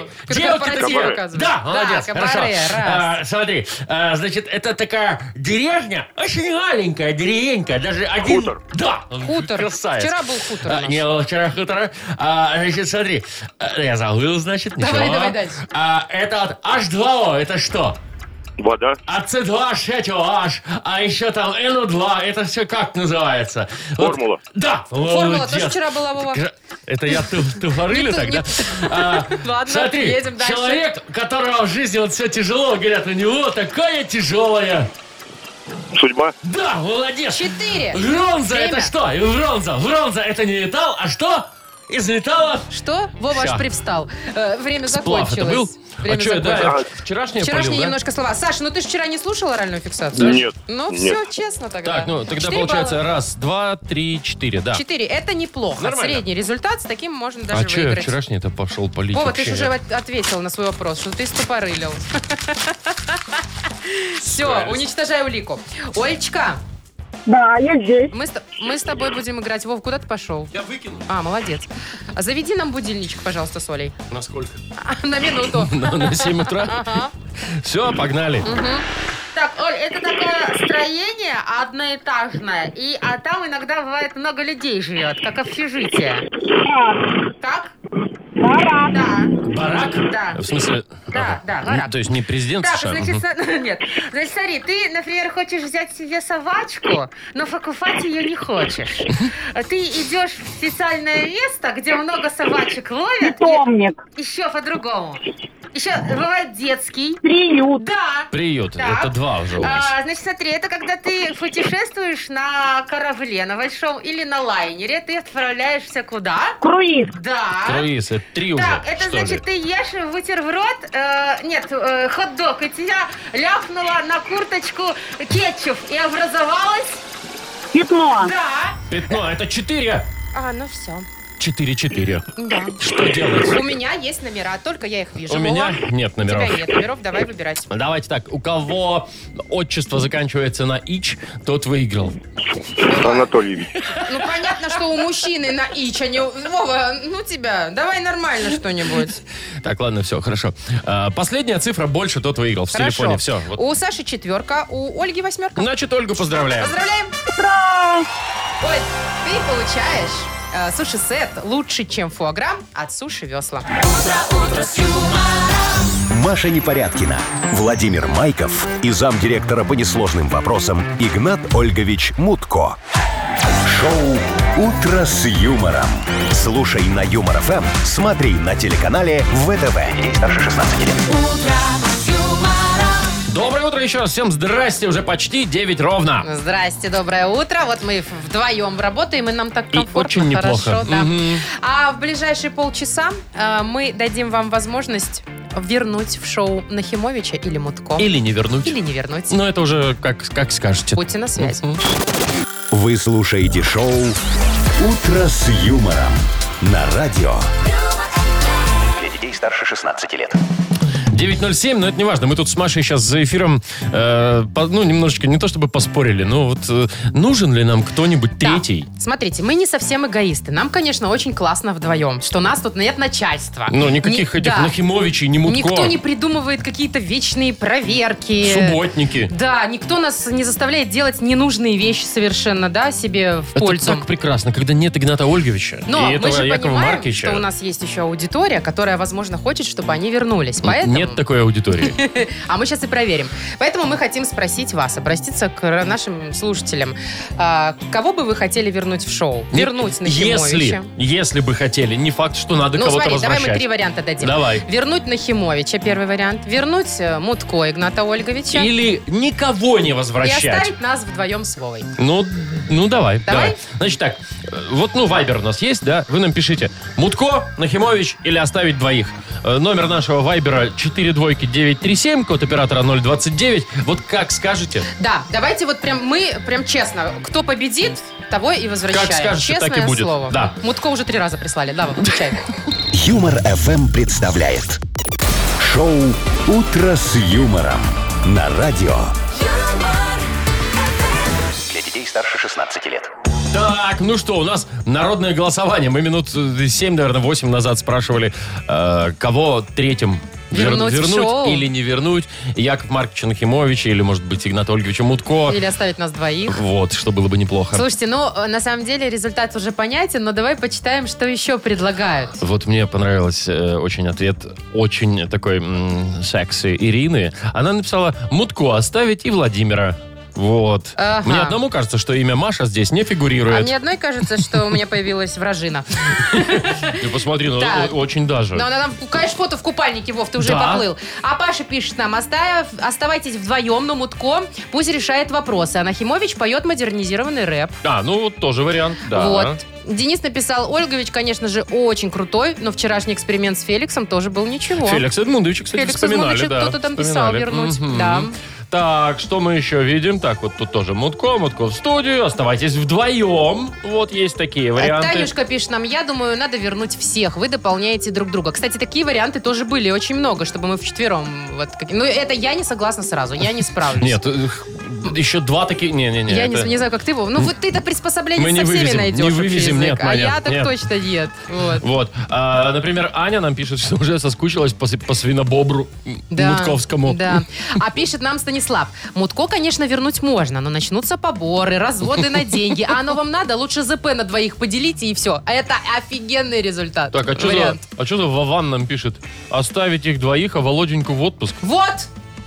[SPEAKER 3] Ну, как
[SPEAKER 2] Девки
[SPEAKER 3] корпоратив,
[SPEAKER 2] такие...
[SPEAKER 3] оказывается.
[SPEAKER 2] Да,
[SPEAKER 3] Да,
[SPEAKER 2] молодец,
[SPEAKER 3] кабаре,
[SPEAKER 2] хорошо.
[SPEAKER 3] раз.
[SPEAKER 2] А, смотри, а, значит, это такая деревня, очень маленькая деревенька, даже один...
[SPEAKER 8] Хутор.
[SPEAKER 2] Да,
[SPEAKER 3] Хутор.
[SPEAKER 2] красавец.
[SPEAKER 3] Вчера был хутор у
[SPEAKER 2] А,
[SPEAKER 3] нас.
[SPEAKER 2] не было вчера хутора. А, значит, смотри, а, я забыл, значит,
[SPEAKER 3] Давай,
[SPEAKER 2] ничего.
[SPEAKER 3] давай дальше.
[SPEAKER 2] А, это от H2O, это что?
[SPEAKER 8] Вода.
[SPEAKER 2] А С2H, а еще там NO2, это все как называется? Вот-
[SPEAKER 8] Формула.
[SPEAKER 2] да,
[SPEAKER 3] Формула тоже
[SPEAKER 2] молодец.
[SPEAKER 3] вчера была, Вова.
[SPEAKER 2] Кра- Это я ту- тупорылю
[SPEAKER 3] Не ту-
[SPEAKER 2] тогда?
[SPEAKER 3] не-
[SPEAKER 2] А,
[SPEAKER 3] Ладно,
[SPEAKER 2] Смотри,
[SPEAKER 3] едем дальше.
[SPEAKER 2] человек, которого в жизни вот все тяжело, говорят, у него такое тяжелое.
[SPEAKER 8] Судьба.
[SPEAKER 2] Да, молодец.
[SPEAKER 3] Четыре.
[SPEAKER 2] Бронза
[SPEAKER 3] Время.
[SPEAKER 2] это что? Бронза. Бронза это не металл, а что? Из металла
[SPEAKER 3] Что? Вова
[SPEAKER 2] Ща.
[SPEAKER 3] аж привстал. Э, Время
[SPEAKER 2] плав.
[SPEAKER 3] закончилось.
[SPEAKER 2] Это был?
[SPEAKER 3] Время
[SPEAKER 2] а что, я, да,
[SPEAKER 3] закончилось.
[SPEAKER 2] я вчерашнее
[SPEAKER 3] Вчерашние
[SPEAKER 2] полил, да?
[SPEAKER 3] немножко слова. Саша, ну ты же вчера не слушал оральную фиксацию?
[SPEAKER 8] Нет.
[SPEAKER 3] Ну
[SPEAKER 8] Нет.
[SPEAKER 3] все, честно тогда.
[SPEAKER 2] Так, ну тогда
[SPEAKER 3] Четыре
[SPEAKER 2] получается
[SPEAKER 3] балла.
[SPEAKER 2] раз, два, три, четыре, да.
[SPEAKER 3] Четыре. Это неплохо.
[SPEAKER 2] Нормально.
[SPEAKER 3] Средний результат. С таким можно даже
[SPEAKER 2] а что я
[SPEAKER 3] выиграть.
[SPEAKER 2] вчерашний-то пошел полить
[SPEAKER 3] Вова,
[SPEAKER 2] вообще?
[SPEAKER 3] ты же уже от- ответил на свой вопрос, что ты стопорылил. Все, уничтожай улику. Олечка,
[SPEAKER 9] Да, я здесь.
[SPEAKER 3] мы с, то- мы с тобой будем играть. Вов, куда ты пошел?
[SPEAKER 2] Я выкину.
[SPEAKER 3] А, молодец. А Заведи нам будильничек, пожалуйста, с Олей.
[SPEAKER 2] Насколько?
[SPEAKER 3] На минуту.
[SPEAKER 2] На 7 утра?
[SPEAKER 3] Ага.
[SPEAKER 2] Все, погнали.
[SPEAKER 3] Так, Оль, это такое строение одноэтажное, и, а там иногда бывает много людей живет, как общежитие. Как?
[SPEAKER 9] Барак.
[SPEAKER 3] Да.
[SPEAKER 2] Барак?
[SPEAKER 3] Да.
[SPEAKER 2] В смысле? Ага.
[SPEAKER 3] Да, да,
[SPEAKER 2] Ну,
[SPEAKER 3] барак.
[SPEAKER 2] То есть не президент
[SPEAKER 3] Так,
[SPEAKER 2] США?
[SPEAKER 3] значит,
[SPEAKER 2] Мгм.
[SPEAKER 3] со- нет. Значит, смотри, ты, например, хочешь взять себе собачку, но покупать ее не хочешь. А Ты идешь в специальное место, где много собачек ловят,
[SPEAKER 9] Питомник.
[SPEAKER 3] и еще по-другому. Еще бывает детский.
[SPEAKER 9] Приют.
[SPEAKER 3] Да.
[SPEAKER 2] Приют.
[SPEAKER 3] Так.
[SPEAKER 2] Это два уже у нас.
[SPEAKER 3] А, значит, смотри, это когда ты путешествуешь на корабле, на большом или на лайнере, ты отправляешься куда?
[SPEAKER 9] Круиз.
[SPEAKER 3] Да.
[SPEAKER 2] Круиз, это три уже.
[SPEAKER 3] Так, А, это
[SPEAKER 2] что
[SPEAKER 3] значит,
[SPEAKER 2] ли?
[SPEAKER 3] ты ешь бутерброд, э, нет, э, хот-дог, и тебя ляпнула на курточку кетчуп, и образовалась...
[SPEAKER 9] Пятно.
[SPEAKER 3] Да.
[SPEAKER 2] Пятно, ну, это четыре.
[SPEAKER 3] А, ну все.
[SPEAKER 2] Четыре-четыре.
[SPEAKER 3] Да.
[SPEAKER 2] Что делать?
[SPEAKER 3] У меня есть номера, только я их вижу.
[SPEAKER 2] У меня
[SPEAKER 3] Вова.
[SPEAKER 2] нет
[SPEAKER 3] У тебя
[SPEAKER 2] номеров.
[SPEAKER 3] нет номеров, давай выбирать.
[SPEAKER 2] Давайте так, у кого отчество заканчивается на ич, тот выиграл.
[SPEAKER 8] Анатолий.
[SPEAKER 3] Ну, понятно, что у мужчины на ич, а не у... Вова, ну тебя, давай нормально что-нибудь.
[SPEAKER 2] Так, ладно, все, хорошо. А, Последняя цифра больше, тот выиграл. В телефоне все.
[SPEAKER 3] У Саши четверка, у Ольги восьмерка.
[SPEAKER 2] Значит, Ольгу поздравляем.
[SPEAKER 3] Поздравляем! Оль, ты получаешь э, суши-сет лучше, чем фуаграм от суши-весла.
[SPEAKER 1] Маша Непорядкина, Владимир Майков и замдиректора по несложным вопросам Игнат Ольгович Мутко. Шоу «Утро с юмором». Слушай на Юмор ФМ, смотри на телеканале ВТВ. Здесь старше 16 лет.
[SPEAKER 2] Доброе утро еще раз. Всем здрасте. Уже почти 9 ровно.
[SPEAKER 3] Здрасте, доброе утро. Вот мы вдвоем работаем, и нам так
[SPEAKER 2] И
[SPEAKER 3] комфортно,
[SPEAKER 2] очень неплохо.
[SPEAKER 3] хорошо. да.
[SPEAKER 2] Мгм.
[SPEAKER 3] А в ближайшие полчаса э, мы дадим вам возможность вернуть в шоу Нахимовича или Мутко.
[SPEAKER 2] Или не вернуть.
[SPEAKER 3] Или не вернуть.
[SPEAKER 2] Но это уже как, как скажете.
[SPEAKER 3] Будьте на связи.
[SPEAKER 1] Вы слушаете шоу «Утро с юмором» на радио.
[SPEAKER 4] Для детей старше 16 лет.
[SPEAKER 2] 9.07, но это не важно. Мы тут с Машей сейчас за эфиром, э, по- ну, немножечко не то чтобы поспорили, но вот э, нужен ли нам кто-нибудь
[SPEAKER 3] Да.
[SPEAKER 2] третий?
[SPEAKER 3] Смотрите, мы не совсем эгоисты. Нам, конечно, очень классно вдвоем, что нас тут нет начальства.
[SPEAKER 2] Ну, никаких
[SPEAKER 3] Ни-
[SPEAKER 2] этих
[SPEAKER 3] да.
[SPEAKER 2] Нахимовичей, не Мутко.
[SPEAKER 3] Никто не придумывает какие-то вечные проверки.
[SPEAKER 2] Субботники.
[SPEAKER 3] Да, никто нас не заставляет делать ненужные вещи совершенно, да, себе в
[SPEAKER 2] Это
[SPEAKER 3] пользу.
[SPEAKER 2] так прекрасно, когда нет Игната Ольговича
[SPEAKER 3] Но
[SPEAKER 2] и
[SPEAKER 3] мы
[SPEAKER 2] этого
[SPEAKER 3] же
[SPEAKER 2] Якова
[SPEAKER 3] понимаем,
[SPEAKER 2] Маркича.
[SPEAKER 3] что у нас есть еще аудитория, которая, возможно, хочет, чтобы они вернулись. Поэтому...
[SPEAKER 2] Нет такой аудитории.
[SPEAKER 3] А мы сейчас и проверим. Поэтому мы хотим спросить вас, обратиться к р- нашим слушателям. А, кого бы вы хотели вернуть в шоу? Вернуть
[SPEAKER 2] на
[SPEAKER 3] Нахимовича?
[SPEAKER 2] Если, если бы хотели, не факт, что надо
[SPEAKER 3] ну,
[SPEAKER 2] кого-то
[SPEAKER 3] смотри, давай
[SPEAKER 2] возвращать.
[SPEAKER 3] мы три варианта дадим.
[SPEAKER 2] Давай.
[SPEAKER 3] Вернуть Нахимовича, первый вариант. Вернуть э, Мутко Игната Ольговича.
[SPEAKER 2] Или никого не
[SPEAKER 3] И
[SPEAKER 2] возвращать.
[SPEAKER 3] оставить нас вдвоем с Вовой.
[SPEAKER 2] Ну, ну давай, давай,
[SPEAKER 3] Давай?
[SPEAKER 2] Значит так, э, вот, ну, Вайбер у нас есть, да? Вы нам пишите Мутко, Нахимович или оставить двоих. Э, Номер нашего Вайбера 42937, код оператора 029. Вот как скажете,
[SPEAKER 3] Да, давайте вот прям мы, прям честно, кто победит, того и возвращаем.
[SPEAKER 2] Как скажете,
[SPEAKER 3] Честное
[SPEAKER 2] так и будет.
[SPEAKER 3] слово.
[SPEAKER 2] Да.
[SPEAKER 3] Мутко уже три раза прислали. Да, Вова, отвечай.
[SPEAKER 1] Юмор ФМ представляет эм шоу «Утро с юмором» на радио.
[SPEAKER 7] юмор,
[SPEAKER 4] Для детей старше 16 лет.
[SPEAKER 2] Так, ну что, у нас народное голосование. Мы минут 7, наверное, 8 назад спрашивали, э, кого третьим вер-
[SPEAKER 3] Вернуть в шоу.
[SPEAKER 2] или не вернуть. Яков Марковича Нахимовича или, может быть, Игната Ольговича Мутко.
[SPEAKER 3] Или оставить нас двоих.
[SPEAKER 2] Вот, что было бы неплохо.
[SPEAKER 3] Слушайте, ну, э, на самом деле результат уже понятен, но давай почитаем, что еще предлагают.
[SPEAKER 2] Вот мне понравился э, очень ответ, очень такой м, секси Ирины. Она написала Мутко оставить и Владимира. Вот.
[SPEAKER 3] А, Ага.
[SPEAKER 2] Мне одному кажется, что имя Маша здесь не
[SPEAKER 3] А
[SPEAKER 2] фигурирует.
[SPEAKER 3] мне одной кажется, что у меня появилась вражина.
[SPEAKER 2] Ты посмотри, ну,
[SPEAKER 3] Так.
[SPEAKER 2] о- очень даже.
[SPEAKER 3] Но она нам, конечно, фото в купальнике, Вов, ты уже
[SPEAKER 2] Да.
[SPEAKER 3] поплыл. А Паша пишет нам, «Остав- оставайтесь вдвоем, но Мутко пусть решает вопросы. А Нахимович поет модернизированный рэп.
[SPEAKER 2] А, ну вот тоже вариант, да.
[SPEAKER 3] Вот. Денис написал, Ольгович, конечно же, очень крутой, но вчерашний эксперимент с Феликсом тоже был ничего.
[SPEAKER 2] Феликс Эдмундович, кстати,
[SPEAKER 3] Феликс
[SPEAKER 2] вспоминали,
[SPEAKER 3] Эдмундович,
[SPEAKER 2] да.
[SPEAKER 3] кто-то там
[SPEAKER 2] вспоминали.
[SPEAKER 3] писал вернуть,
[SPEAKER 2] Мгм.
[SPEAKER 3] да.
[SPEAKER 2] Так, что мы еще видим? Так, вот тут тоже Мутко, Мутко в студию. Оставайтесь вдвоем. Вот есть такие варианты.
[SPEAKER 3] А Танюшка пишет нам, я думаю, надо вернуть всех, вы дополняете друг друга. Кстати, такие варианты тоже были, очень много, чтобы мы вчетвером... Вот, как- Ну, это я не согласна сразу, я не справлюсь.
[SPEAKER 2] Нет, эх, еще два такие... Не-не-не.
[SPEAKER 3] Я
[SPEAKER 2] это-
[SPEAKER 3] не, не знаю, как ты, Вов. Ну, вот ты-то приспособление
[SPEAKER 2] Мы не
[SPEAKER 3] со всеми
[SPEAKER 2] вывезем,
[SPEAKER 3] найдешь.
[SPEAKER 2] не
[SPEAKER 3] общий
[SPEAKER 2] вывезем,
[SPEAKER 3] язык.
[SPEAKER 2] нет,
[SPEAKER 3] А
[SPEAKER 2] Маня,
[SPEAKER 3] я так
[SPEAKER 2] нет.
[SPEAKER 3] точно нет. Вот.
[SPEAKER 2] Вот. А, например, Аня нам пишет, что уже соскучилась по, по свинобобру м, Мутковскому.
[SPEAKER 3] Да. А пишет нам Станислав. Мутко, конечно, вернуть можно, но начнутся поборы, разводы на деньги. А оно вам надо, лучше ЗП на двоих поделите и все. Это офигенный результат.
[SPEAKER 2] Так, а что за,
[SPEAKER 3] Вариант.
[SPEAKER 2] а чё за Вован нам пишет? Оставить их двоих, а Володеньку в отпуск.
[SPEAKER 3] Вот!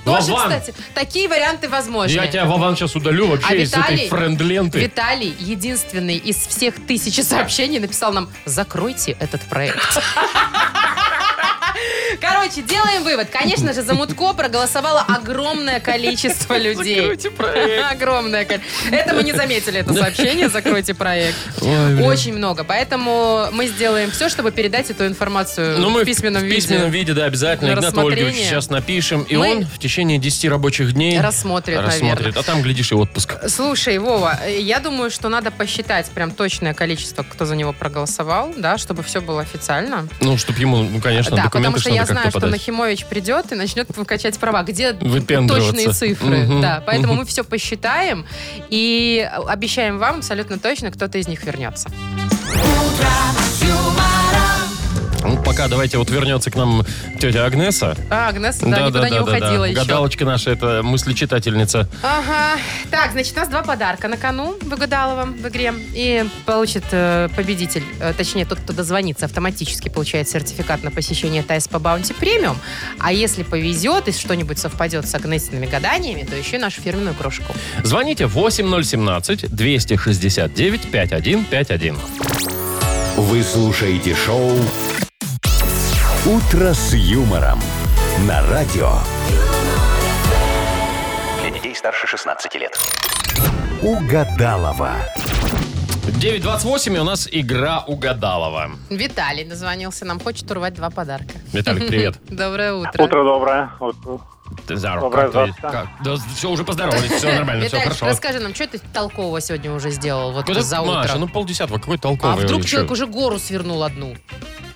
[SPEAKER 3] Тоже,
[SPEAKER 2] Вован.
[SPEAKER 3] кстати, такие варианты возможны.
[SPEAKER 2] Я тебя, Вован, сейчас удалю вообще из этой френд-ленты.
[SPEAKER 3] Виталий, единственный из всех тысячи сообщений, написал нам «Закройте этот проект». Короче, делаем вывод. Конечно же, за Мутко проголосовало огромное количество людей.
[SPEAKER 2] Закройте проект.
[SPEAKER 3] Огромное количество. Это мы не заметили, это сообщение «Закройте проект».
[SPEAKER 2] Ой, блин.
[SPEAKER 3] Очень много. Поэтому мы сделаем все, чтобы передать эту информацию
[SPEAKER 2] Ну, мы
[SPEAKER 3] в письменном виде.
[SPEAKER 2] письменном виде, да, обязательно.
[SPEAKER 3] На
[SPEAKER 2] Игнат
[SPEAKER 3] рассмотрение.
[SPEAKER 2] Ольгович сейчас напишем. И
[SPEAKER 3] Мы-
[SPEAKER 2] он в течение 10 рабочих дней
[SPEAKER 3] Рассмотрит,
[SPEAKER 2] рассмотрит.
[SPEAKER 3] наверное.
[SPEAKER 2] А там, глядишь, и отпуск.
[SPEAKER 3] Слушай, Вова, э, я думаю, что надо посчитать прям точное количество, кто за него проголосовал, да, чтобы все было официально.
[SPEAKER 2] Ну, чтобы ему, ну, конечно,
[SPEAKER 3] да, потому
[SPEAKER 2] документы
[SPEAKER 3] что
[SPEAKER 2] ж
[SPEAKER 3] я
[SPEAKER 2] надо
[SPEAKER 3] знаю,
[SPEAKER 2] как-то
[SPEAKER 3] что
[SPEAKER 2] подать.
[SPEAKER 3] Нахимович придет и начнет качать права. Где
[SPEAKER 2] Выпендриваться.
[SPEAKER 3] точные цифры?
[SPEAKER 2] Мгм,
[SPEAKER 3] Да, поэтому
[SPEAKER 2] мгм.
[SPEAKER 3] мы все посчитаем и обещаем вам абсолютно точно, кто-то из них вернется.
[SPEAKER 2] Ну, пока давайте вот вернется к нам тетя Агнеса.
[SPEAKER 3] А, Агнес, да, никуда не уходила еще.
[SPEAKER 2] Гадалочка наша, это мыслечитательница.
[SPEAKER 3] Ага. Так, значит, у нас два подарка на кону в Игудаловом в игре. И получит э, победитель, э, точнее, тот, кто дозвонится, автоматически получает сертификат на посещение Тайс по Баунти Премиум. А если повезет и что-нибудь совпадет с Агнесиными гаданиями, то еще и нашу фирменную крошку.
[SPEAKER 2] Звоните 8017-269-5151.
[SPEAKER 1] Вы слушаете шоу «Утро с юмором» на радио.
[SPEAKER 4] Для детей старше 16 лет.
[SPEAKER 1] Угадалова.
[SPEAKER 2] 9.28, и у нас игра угадалова.
[SPEAKER 3] Виталий дозвонился нам, хочет урвать два подарка.
[SPEAKER 2] Виталик, привет.
[SPEAKER 3] Доброе утро.
[SPEAKER 5] Утро доброе. Утро.
[SPEAKER 2] Ты за руку.
[SPEAKER 5] Доброе
[SPEAKER 2] Как твои-
[SPEAKER 5] завтра.
[SPEAKER 2] как? Да, все, уже поздоровались, все нормально, все
[SPEAKER 3] Виталий,
[SPEAKER 2] хорошо.
[SPEAKER 3] расскажи нам, что ты толкового сегодня уже сделал вот
[SPEAKER 2] Ну, так,
[SPEAKER 3] за утро?
[SPEAKER 2] Маша, ну полдесятого, какой толковый.
[SPEAKER 3] а вдруг
[SPEAKER 2] вы
[SPEAKER 3] человек
[SPEAKER 2] чё?
[SPEAKER 3] уже гору свернул одну?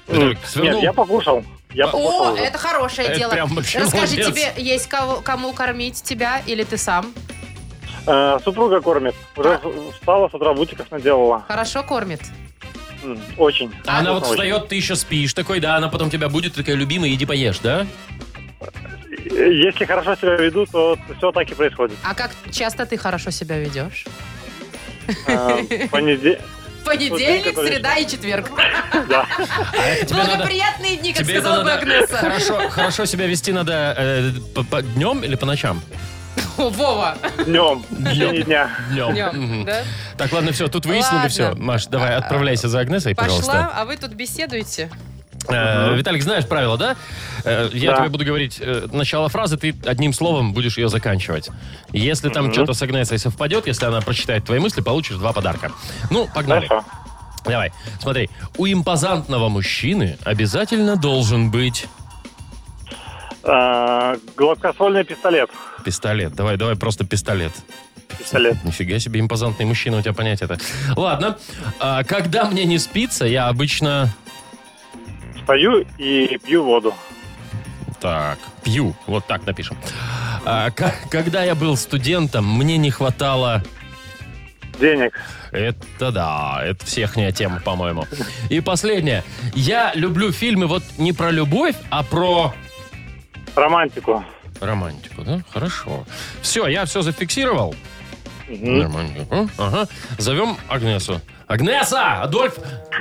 [SPEAKER 2] Виталик, свернул.
[SPEAKER 5] Нет, я покушал. Я покушал.
[SPEAKER 3] О,
[SPEAKER 5] уже.
[SPEAKER 3] это хорошее
[SPEAKER 2] Это
[SPEAKER 3] дело.
[SPEAKER 2] прям вообще
[SPEAKER 3] Расскажи,
[SPEAKER 2] молодец.
[SPEAKER 3] тебе есть кого- кому кормить тебя или ты сам?
[SPEAKER 5] Э, супруга кормит. Уже
[SPEAKER 3] А.
[SPEAKER 5] в- встала с утра, бутиков наделала.
[SPEAKER 3] Хорошо кормит?
[SPEAKER 5] М, Очень.
[SPEAKER 2] А она вот
[SPEAKER 5] Очень.
[SPEAKER 2] встает, ты еще спишь такой, да, она потом тебя будет, такая, любимая, иди поешь, да?
[SPEAKER 5] Э, Если хорошо себя веду, то все так и происходит.
[SPEAKER 3] А как часто ты хорошо себя ведешь?
[SPEAKER 5] Э, в понеде-
[SPEAKER 3] Понедельник,
[SPEAKER 5] который
[SPEAKER 3] среда и четверг.
[SPEAKER 5] Да.
[SPEAKER 2] А
[SPEAKER 3] Благоприятные дни, как
[SPEAKER 2] Тебе это
[SPEAKER 3] сказала бы
[SPEAKER 2] А надо-
[SPEAKER 3] Агнеса.
[SPEAKER 2] Хорошо, хорошо себя вести надо э, по, днем или по ночам?
[SPEAKER 3] О, Вова,
[SPEAKER 5] Днем. В течение
[SPEAKER 2] Днем.
[SPEAKER 5] дня.
[SPEAKER 2] Днем.
[SPEAKER 3] днем, да?
[SPEAKER 2] Так, ладно, все, тут выяснили
[SPEAKER 3] Ладно.
[SPEAKER 2] все. Маш, давай, отправляйся за Агнесой,
[SPEAKER 3] Пошла,
[SPEAKER 2] пожалуйста.
[SPEAKER 3] а вы тут беседуете.
[SPEAKER 2] Э, Виталик, знаешь правила, да? Э, я
[SPEAKER 5] Да.
[SPEAKER 2] тебе буду говорить э, начало фразы, ты одним словом будешь ее заканчивать. Если там что-то с Агнесой совпадет, если она прочитает твои мысли, получишь два подарка. Ну, погнали.
[SPEAKER 5] Хорошо.
[SPEAKER 2] Давай, смотри. У импозантного мужчины обязательно должен быть
[SPEAKER 5] Э, Гладкосольный пистолет.
[SPEAKER 2] пистолет. Давай, давай, просто пистолет.
[SPEAKER 5] Пистолет.
[SPEAKER 2] Нифига себе, импозантный мужчина, у тебя понять это. Ладно, А, когда мне не спится, я обычно...
[SPEAKER 5] Стою и пью воду.
[SPEAKER 2] Так, пью. Вот так напишем. А, к- когда я был студентом, мне не хватало...
[SPEAKER 5] Денег.
[SPEAKER 2] Это да, это всехняя тема, по-моему. И последнее. Я люблю фильмы вот не про любовь, а про...
[SPEAKER 5] Романтику.
[SPEAKER 2] Романтику, да? Хорошо. Все, я все зафиксировал. Романтику. Ага. Зовем Агнесу. Агнеса! Адольф!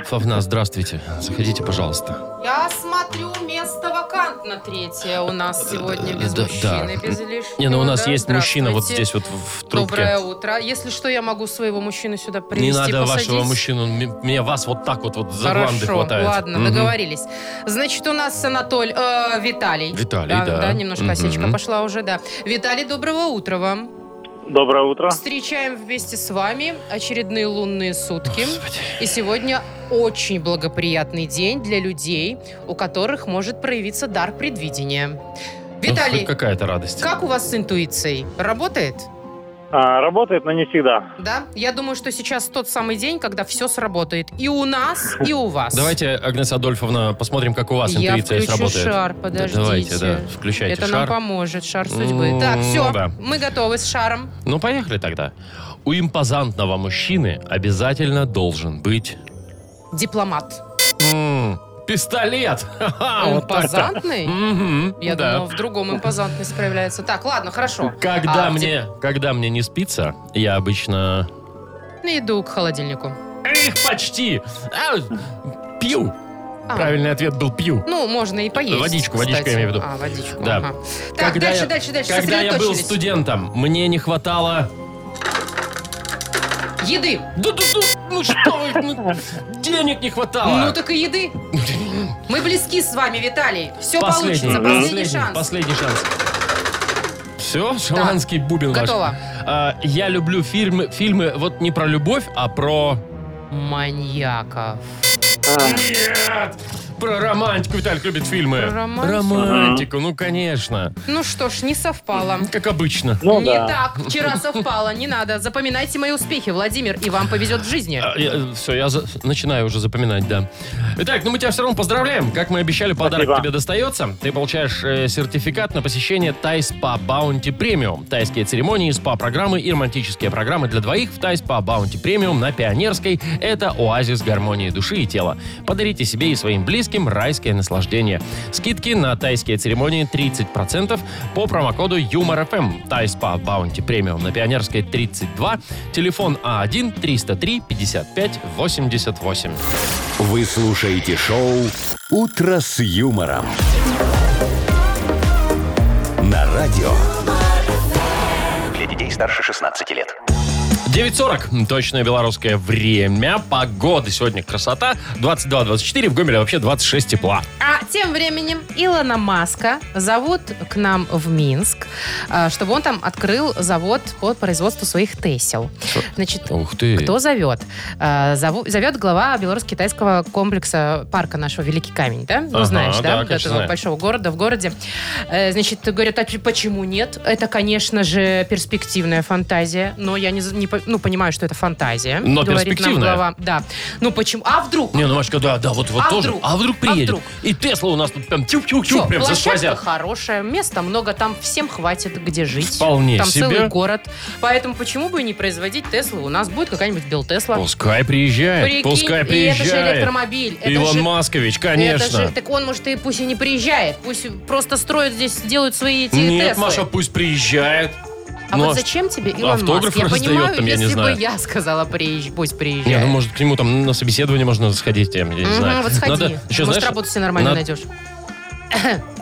[SPEAKER 2] Фавна, здравствуйте. Заходите, пожалуйста.
[SPEAKER 3] Я смотрю, место вакантно третье у нас сегодня без
[SPEAKER 2] Да, да.
[SPEAKER 3] мужчины, без лишнего.
[SPEAKER 2] Не, ну у нас
[SPEAKER 3] да?
[SPEAKER 2] есть мужчина вот
[SPEAKER 3] Здравствуйте.
[SPEAKER 2] здесь вот в трубке.
[SPEAKER 3] Доброе утро. Если что, я могу своего мужчину сюда
[SPEAKER 2] Не
[SPEAKER 3] привести,
[SPEAKER 2] надо
[SPEAKER 3] посадить.
[SPEAKER 2] вашего мужчину. он м- Мне вас вот так вот, вот за
[SPEAKER 3] Хорошо,
[SPEAKER 2] гланды хватает.
[SPEAKER 3] ладно,
[SPEAKER 2] Мгм.
[SPEAKER 3] договорились. Значит, у нас Анатоль, э, Виталий.
[SPEAKER 2] Виталий, да.
[SPEAKER 3] немножко
[SPEAKER 2] Мгм.
[SPEAKER 3] осечка пошла уже, да. Виталий, доброго утра вам.
[SPEAKER 5] Доброе утро.
[SPEAKER 3] Встречаем вместе с вами очередные лунные сутки. И сегодня очень благоприятный день для людей, у которых может проявиться дар предвидения.
[SPEAKER 2] Ну,
[SPEAKER 3] Виталий,
[SPEAKER 2] хоть какая-то радость.
[SPEAKER 3] как у вас с интуицией? Работает?
[SPEAKER 5] А, работает, но не всегда.
[SPEAKER 3] Да? Я думаю, что сейчас тот самый день, когда все сработает. И у нас, и у вас.
[SPEAKER 2] Давайте, Агнеса Адольфовна, посмотрим, как у вас
[SPEAKER 3] Я
[SPEAKER 2] интуиция
[SPEAKER 3] включу
[SPEAKER 2] сработает.
[SPEAKER 3] шар,
[SPEAKER 2] Да,
[SPEAKER 3] подождите.
[SPEAKER 2] Давайте, да, включайте
[SPEAKER 3] Это нам
[SPEAKER 2] шар.
[SPEAKER 3] поможет, шар судьбы.
[SPEAKER 2] М,
[SPEAKER 3] так, все,
[SPEAKER 2] да.
[SPEAKER 3] мы готовы с шаром.
[SPEAKER 2] Ну, поехали тогда. У импозантного мужчины обязательно должен быть...
[SPEAKER 3] Дипломат.
[SPEAKER 2] м, пистолет! Ха-ха, А, вот так-то.
[SPEAKER 3] Импозантный?
[SPEAKER 2] Мгм,
[SPEAKER 3] Я
[SPEAKER 2] да.
[SPEAKER 3] думала, в другом импозантность проявляется. Так, ладно, хорошо.
[SPEAKER 2] Когда
[SPEAKER 3] А,
[SPEAKER 2] мне, когда мне не спится, я обычно
[SPEAKER 3] дип- Иду к холодильнику.
[SPEAKER 2] Эх, почти. А, пью.
[SPEAKER 3] А.
[SPEAKER 2] Правильный ответ был пью.
[SPEAKER 3] Ну, можно и поесть.
[SPEAKER 2] Водичку,
[SPEAKER 3] кстати.
[SPEAKER 2] водичку я имею в виду.
[SPEAKER 3] А, водичку.
[SPEAKER 2] Да.
[SPEAKER 3] ага. Так, дальше,
[SPEAKER 2] я,
[SPEAKER 3] дальше, дальше.
[SPEAKER 2] Когда я был
[SPEAKER 3] сосредоточились.
[SPEAKER 2] студентом, мне не хватало...
[SPEAKER 3] Еды.
[SPEAKER 2] Да, да, да, ну что вы, ну, денег не хватало.
[SPEAKER 3] Ну так и еды. Мы близки с вами, Виталий. Все
[SPEAKER 2] последний, Ну,
[SPEAKER 3] получится. Последний шанс.
[SPEAKER 2] последний шанс. Все, шаманский бубен ваш.
[SPEAKER 3] Готово.
[SPEAKER 2] А, я люблю фильмы, фильмы вот не про любовь, а про...
[SPEAKER 3] Маньяков.
[SPEAKER 2] Про романтику. Виталик любит фильмы.
[SPEAKER 3] Про романтику?
[SPEAKER 2] Романтику, ну конечно.
[SPEAKER 3] Ну что ж, не совпало.
[SPEAKER 2] Как обычно.
[SPEAKER 5] Ну
[SPEAKER 3] не
[SPEAKER 5] да.
[SPEAKER 3] так, вчера совпало, не надо. Запоминайте мои успехи, Владимир, и вам повезет в жизни.
[SPEAKER 2] все, А, я за- начинаю уже запоминать, да. Итак, ну мы тебя все равно поздравляем. Как мы и обещали, подарок
[SPEAKER 5] Спасибо.
[SPEAKER 2] тебе достается. Ты получаешь э, сертификат на посещение Тай Спа Баунти Премиум. Тайские церемонии, спа-программы и романтические программы для двоих в Тай Спа Баунти Премиум на Пионерской. Это оазис гармонии души и тела. Подарите себе и своим близким райское наслаждение. Скидки на тайские церемонии 30% по промокоду Эм. ЮМОРФМ. Тай Спа Баунти Премиум на Пионерской 32. Телефон А А1 303 55 88.
[SPEAKER 1] Вы слушаете шоу «Утро с юмором». На радио
[SPEAKER 4] Для детей старше 16 лет.
[SPEAKER 2] 9.40. Точное белорусское время. Погода сегодня красота. 22-24. В Гомеле вообще 26 тепла.
[SPEAKER 3] А тем временем Илона Маска зовут к нам в Минск, а, чтобы он там открыл завод по производству своих тесел. Значит,
[SPEAKER 2] Ух ты.
[SPEAKER 3] кто зовет? А, зову- Зовет глава белорусско-китайского комплекса парка нашего Великий Камень, да? Ну,
[SPEAKER 2] Ага,
[SPEAKER 3] знаешь,
[SPEAKER 2] да,
[SPEAKER 3] да? Вот
[SPEAKER 2] конечно,
[SPEAKER 3] этого
[SPEAKER 2] знаю.
[SPEAKER 3] большого города в городе. Э, Значит, говорят, а почему нет? Это, конечно же, перспективная фантазия, но я не, за- не по- ну, понимаю, что это фантазия.
[SPEAKER 2] Но
[SPEAKER 3] говорит нам
[SPEAKER 2] перспективная.
[SPEAKER 3] глава. Да. Ну, почему? А вдруг?
[SPEAKER 2] Не, ну Машка, да, да, вот, вот
[SPEAKER 3] А
[SPEAKER 2] тоже.
[SPEAKER 3] вдруг?
[SPEAKER 2] А вдруг
[SPEAKER 3] А
[SPEAKER 2] приедет?
[SPEAKER 3] вдруг?
[SPEAKER 2] И Тесла у нас тут прям тюк-тюк-тюк,
[SPEAKER 3] Всё,
[SPEAKER 2] прям
[SPEAKER 3] площадка
[SPEAKER 2] засквозят.
[SPEAKER 3] хорошая, места много, там всем хватит где жить.
[SPEAKER 2] Вполне
[SPEAKER 3] там
[SPEAKER 2] себе.
[SPEAKER 3] целый город. Поэтому почему бы и не производить Теслу? У нас будет какая-нибудь Бел Тесла.
[SPEAKER 2] Пускай приезжает,
[SPEAKER 3] Прикинь,
[SPEAKER 2] пускай
[SPEAKER 3] и это
[SPEAKER 2] приезжает.
[SPEAKER 3] же электромобиль. Это
[SPEAKER 2] Илон
[SPEAKER 3] же-
[SPEAKER 2] Маскович,
[SPEAKER 3] Это
[SPEAKER 2] конечно.
[SPEAKER 3] же- так он, может, и пусть и не приезжает. Пусть просто строят здесь, делают свои эти
[SPEAKER 2] Нет,
[SPEAKER 3] Теслы.
[SPEAKER 2] Маша, пусть приезжает.
[SPEAKER 3] а
[SPEAKER 2] Ну,
[SPEAKER 3] вот зачем тебе Илон
[SPEAKER 2] автограф
[SPEAKER 3] Маск? Я
[SPEAKER 2] раздает
[SPEAKER 3] понимаю,
[SPEAKER 2] там, я не
[SPEAKER 3] если
[SPEAKER 2] знаю.
[SPEAKER 3] бы я сказала, приезж- пусть приезжает.
[SPEAKER 2] Не, ну может к нему там на собеседование можно сходить, я не
[SPEAKER 3] Мгм, а
[SPEAKER 2] знаю.
[SPEAKER 3] вот сходи.
[SPEAKER 2] Надо, еще,
[SPEAKER 3] Может,
[SPEAKER 2] знаешь,
[SPEAKER 3] работу себе нормально
[SPEAKER 2] на-
[SPEAKER 3] найдешь.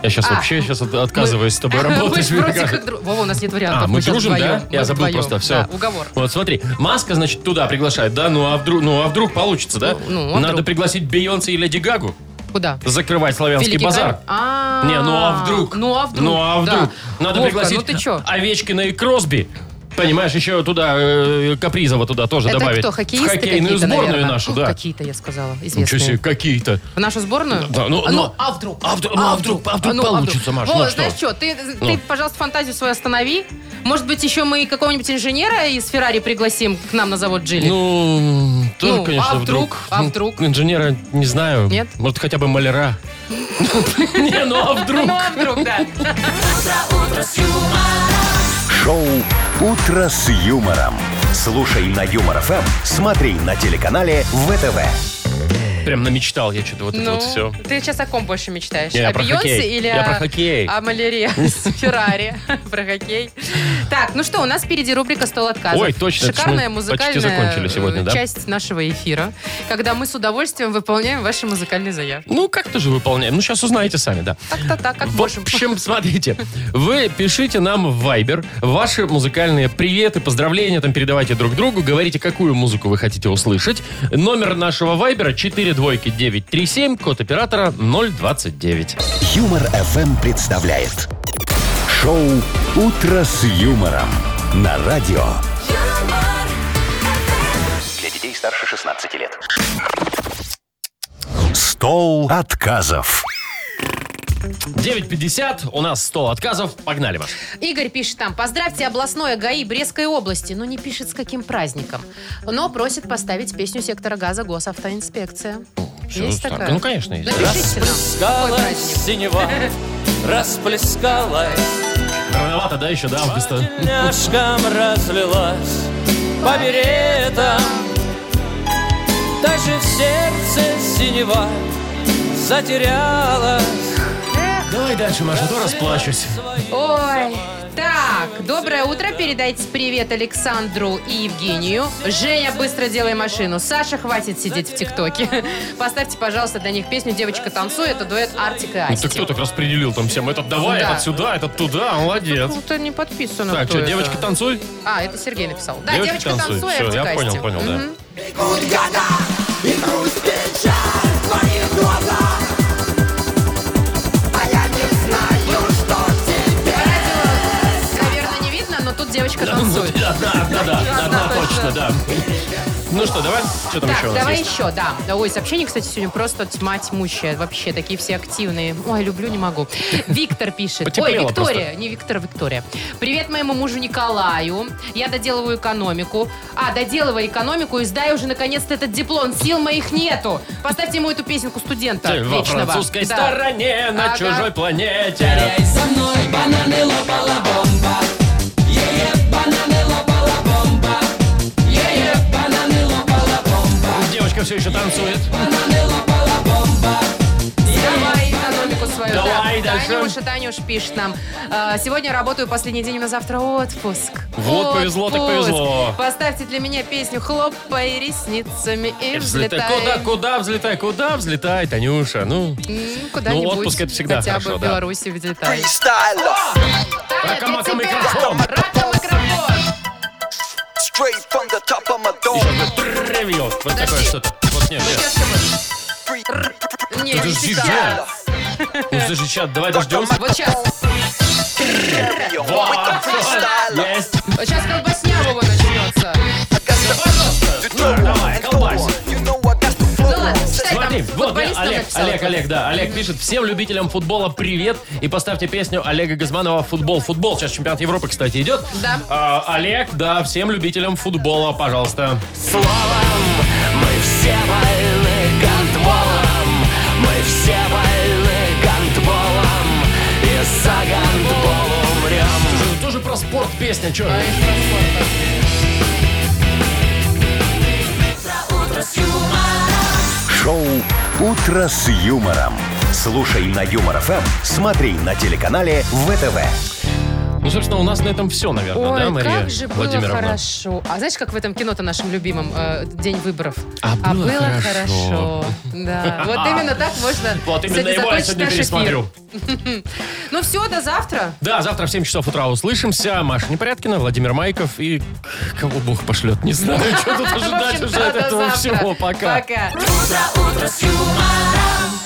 [SPEAKER 2] я сейчас
[SPEAKER 3] А.
[SPEAKER 2] вообще сейчас отказываюсь с тобой
[SPEAKER 3] Мы
[SPEAKER 2] работать.
[SPEAKER 3] ж вроде как друг- Вова, у нас нет вариантов.
[SPEAKER 2] А, мы
[SPEAKER 3] сейчас
[SPEAKER 2] дружим,
[SPEAKER 3] вдвоем.
[SPEAKER 2] да? Я
[SPEAKER 3] Мы
[SPEAKER 2] забыл
[SPEAKER 3] вдвоем.
[SPEAKER 2] просто, все.
[SPEAKER 3] Да, уговор.
[SPEAKER 2] Вот смотри, Маска, значит, туда приглашает, да? Ну а вдруг, ну, а вдруг получится, да?
[SPEAKER 3] Ну, ну, а
[SPEAKER 2] Надо
[SPEAKER 3] вдруг?
[SPEAKER 2] пригласить Бейонсе и Леди Гагу
[SPEAKER 3] Куда?
[SPEAKER 2] закрывать славянский
[SPEAKER 3] Великий
[SPEAKER 2] базар.
[SPEAKER 3] Камень? А,
[SPEAKER 2] Не, ну а вдруг?
[SPEAKER 3] Ну а вдруг?
[SPEAKER 2] Ну а
[SPEAKER 3] Да.
[SPEAKER 2] вдруг? Надо
[SPEAKER 3] Вовка,
[SPEAKER 2] пригласить
[SPEAKER 3] ну ты чё?
[SPEAKER 2] Овечкина и Кросби. Понимаешь, еще туда э, Капризова туда тоже
[SPEAKER 3] Это
[SPEAKER 2] добавить.
[SPEAKER 3] кто,
[SPEAKER 2] В
[SPEAKER 3] хоккеисты
[SPEAKER 2] Хоккейную
[SPEAKER 3] какие-то,
[SPEAKER 2] сборную
[SPEAKER 3] наверное?
[SPEAKER 2] нашу,
[SPEAKER 3] Ох,
[SPEAKER 2] да.
[SPEAKER 3] Какие-то, я сказала,
[SPEAKER 2] Ничего себе,
[SPEAKER 3] известные.
[SPEAKER 2] какие-то.
[SPEAKER 3] В нашу сборную?
[SPEAKER 2] Да, ну,
[SPEAKER 3] А,
[SPEAKER 2] ну,
[SPEAKER 3] а вдруг?
[SPEAKER 2] а вдруг- ну, а вдруг- а вдруг получится, Маш, ну
[SPEAKER 3] Вова,
[SPEAKER 2] что?
[SPEAKER 3] знаешь что, ты,
[SPEAKER 2] Ну.
[SPEAKER 3] ты, пожалуйста, фантазию свою останови. Может быть, еще мы какого-нибудь инженера из Феррари пригласим к нам на завод Джили?
[SPEAKER 2] Ну, тоже,
[SPEAKER 3] Ну, а
[SPEAKER 2] конечно,
[SPEAKER 3] вдруг? А
[SPEAKER 2] Ну,
[SPEAKER 3] вдруг?
[SPEAKER 2] Инженера не знаю.
[SPEAKER 3] Нет?
[SPEAKER 2] Может, хотя бы маляра. Не, ну а вдруг?
[SPEAKER 3] Ну, а вдруг, да.
[SPEAKER 1] Шоу «Утро с юмором». Слушай на Юмор ФМ, смотри на телеканале ВТВ.
[SPEAKER 2] Прям намечтал я что-то вот это
[SPEAKER 3] Ну,
[SPEAKER 2] вот все.
[SPEAKER 3] ты сейчас о ком больше мечтаешь?
[SPEAKER 2] Не, я
[SPEAKER 3] о
[SPEAKER 2] про
[SPEAKER 3] Бейонсе
[SPEAKER 2] хоккей.
[SPEAKER 3] или
[SPEAKER 2] Я
[SPEAKER 3] о,
[SPEAKER 2] про хоккей.
[SPEAKER 3] о малярии с Феррари? Про хоккей. Так, ну что, у нас впереди рубрика «Стол отказов».
[SPEAKER 2] Ой, точно, это ж мы
[SPEAKER 3] Шикарная
[SPEAKER 2] почти
[SPEAKER 3] музыкальная
[SPEAKER 2] закончили сегодня,
[SPEAKER 3] э,
[SPEAKER 2] да?
[SPEAKER 3] часть нашего эфира, когда мы с удовольствием выполняем ваши музыкальные заявки.
[SPEAKER 2] Ну, как-то же выполняем. Ну, сейчас узнаете сами, да.
[SPEAKER 3] Так-то так, как
[SPEAKER 2] В
[SPEAKER 3] можем.
[SPEAKER 2] общем, смотрите, вы пишите нам в Viber ваши музыкальные приветы, поздравления, там передавайте друг другу, говорите, какую музыку вы хотите услышать. Номер нашего Viber 42937, код оператора 029.
[SPEAKER 1] Юмор ФМ представляет. Шоу «Утро с юмором» на радио.
[SPEAKER 7] юмор,
[SPEAKER 4] Для детей старше 16 лет.
[SPEAKER 1] Стол отказов.
[SPEAKER 2] 9.50, у нас стол отказов, погнали, Маш.
[SPEAKER 3] Игорь пишет там, поздравьте областное ГАИ Брестской области, но не пишет с каким праздником. Но просит поставить песню сектора газа Госавтоинспекция.
[SPEAKER 2] Всё,
[SPEAKER 3] Есть
[SPEAKER 2] так,
[SPEAKER 3] такая?
[SPEAKER 2] ну, конечно, есть.
[SPEAKER 3] Напишите нам. Какой
[SPEAKER 6] Расплескалась
[SPEAKER 3] праздник?
[SPEAKER 6] синева, расплескалась,
[SPEAKER 2] Рановато, да, Ну, еще до
[SPEAKER 6] по
[SPEAKER 2] августа?
[SPEAKER 6] тельняшкам разлилась, по беретам. Даже в сердце синева затерялась.
[SPEAKER 2] Давай дальше, Маша, а то расплачусь.
[SPEAKER 3] Ой, так, доброе утро, передайте привет Александру и Евгению. Женя, быстро делай машину. Саша, хватит сидеть в ТикТоке. Поставьте, пожалуйста, для них песню «Девочка танцует», это дуэт Артик и
[SPEAKER 2] Ну, ты
[SPEAKER 3] Асти.
[SPEAKER 2] кто так распределил там всем? Этот давай,
[SPEAKER 3] Да.
[SPEAKER 2] этот сюда, этот туда, молодец.
[SPEAKER 3] Тут Ну, не подписано,
[SPEAKER 2] Так,
[SPEAKER 3] кто
[SPEAKER 2] что,
[SPEAKER 3] это.
[SPEAKER 2] девочка, танцуй.
[SPEAKER 3] А, это Сергей написал. Да,
[SPEAKER 2] Девочка
[SPEAKER 3] девочка,
[SPEAKER 2] танцует.
[SPEAKER 3] танцует,
[SPEAKER 2] Всё,
[SPEAKER 3] Артик
[SPEAKER 2] я
[SPEAKER 3] и
[SPEAKER 2] понял,
[SPEAKER 3] Асти.
[SPEAKER 2] понял, да.
[SPEAKER 3] Мгм. Наверное, не видно, но тут девочка танцует.
[SPEAKER 2] Да, да, да, да,
[SPEAKER 3] Одна
[SPEAKER 2] одна точно,
[SPEAKER 3] точно.
[SPEAKER 2] да. Ну что, давай, что там
[SPEAKER 3] Так,
[SPEAKER 2] еще у нас
[SPEAKER 3] давай
[SPEAKER 2] есть?
[SPEAKER 3] еще, да. Да, Ой, сообщение, кстати, сегодня просто тьма тьмущая. Вообще, такие все активные. Ой, люблю, не могу. Виктор пишет. Ой,
[SPEAKER 2] Потеплело
[SPEAKER 3] Виктория. Не Виктор, а Виктория. Привет моему мужу Николаю. Я доделываю экономику. А, доделывай экономику и сдай уже наконец-то этот диплом. Сил моих нету. Поставьте ему эту песенку студента
[SPEAKER 2] Ты Во
[SPEAKER 3] вечного.
[SPEAKER 2] французской
[SPEAKER 3] Да.
[SPEAKER 2] стороне, на
[SPEAKER 3] Ага.
[SPEAKER 2] чужой планете. Девочка все еще танцует.
[SPEAKER 3] Давай экономику свою.
[SPEAKER 2] Давай
[SPEAKER 3] да.
[SPEAKER 2] дальше.
[SPEAKER 3] Танюша, Танюш пишет нам. «Э, Сегодня работаю последний день, на завтра отпуск.
[SPEAKER 2] Вот повезло, так
[SPEAKER 3] Отпуск.
[SPEAKER 2] повезло.
[SPEAKER 3] Поставьте для меня песню «Хлопай ресницами и
[SPEAKER 2] И
[SPEAKER 3] взлетай».
[SPEAKER 2] Взлетай. Куда, куда взлетай, куда взлетай, Танюша. Ну,
[SPEAKER 3] М, Куда-нибудь.
[SPEAKER 2] Ну, отпуск это всегда
[SPEAKER 3] Хотя
[SPEAKER 2] хорошо,
[SPEAKER 3] бы в
[SPEAKER 2] да.
[SPEAKER 3] Беларуси взлетай. Таня,
[SPEAKER 2] Ракомака
[SPEAKER 3] для тебя.
[SPEAKER 2] микрофон.
[SPEAKER 3] Ракомикрофон.
[SPEAKER 6] Straight from the top of my dome.
[SPEAKER 2] ревью. Вот такое что-то. Вот нет, нет.
[SPEAKER 3] Не,
[SPEAKER 2] Это
[SPEAKER 3] не
[SPEAKER 2] же
[SPEAKER 3] всегда.
[SPEAKER 2] сейчас. Ну, подожди, сейчас, давай дождемся.
[SPEAKER 3] Вот сейчас.
[SPEAKER 2] Вот, вот, есть.
[SPEAKER 3] Вот сейчас колбасня Вова начнется.
[SPEAKER 2] Ну, давай, колбасим.
[SPEAKER 3] Ну ладно, читай
[SPEAKER 2] Смотри,
[SPEAKER 3] там.
[SPEAKER 2] вот
[SPEAKER 3] Футболист там
[SPEAKER 2] Олег,
[SPEAKER 3] написал.
[SPEAKER 2] Олег, Олег, да, Олег пишет, всем любителям футбола привет и поставьте песню Олега Газманова «Футбол, футбол». Сейчас чемпионат Европы, кстати, идет.
[SPEAKER 3] Да.
[SPEAKER 2] А, Олег, да, всем любителям футбола, пожалуйста. Слушай, ну Тоже про спорт песня, что?
[SPEAKER 1] Шоу «Утро с юмором». Слушай на Юмор ФМ, смотри на телеканале ВТВ.
[SPEAKER 2] Ну, собственно, у нас на этом все, наверное, Ну да,
[SPEAKER 3] Ой,
[SPEAKER 2] Мария
[SPEAKER 3] как же было
[SPEAKER 2] Владимировна?
[SPEAKER 3] хорошо. А знаешь, как в этом кино-то нашем любимом э, «День выборов»?
[SPEAKER 2] А было хорошо.
[SPEAKER 3] хорошо. Да, вот именно так можно
[SPEAKER 2] Вот именно
[SPEAKER 3] кстати,
[SPEAKER 2] его я
[SPEAKER 3] закончить
[SPEAKER 2] сегодня
[SPEAKER 3] наш эфир.
[SPEAKER 2] пересмотрю.
[SPEAKER 3] Ну все, до завтра.
[SPEAKER 2] Да, завтра в 7 часов утра услышимся. Маша Непорядкина, Владимир Майков и кого бог пошлет, не знаю, что тут
[SPEAKER 3] В
[SPEAKER 2] ожидать
[SPEAKER 3] общем,
[SPEAKER 2] уже
[SPEAKER 3] да,
[SPEAKER 2] от
[SPEAKER 3] до
[SPEAKER 2] этого
[SPEAKER 3] завтра.
[SPEAKER 2] всего. Пока.
[SPEAKER 3] Пока.
[SPEAKER 7] утро, утро с юмором.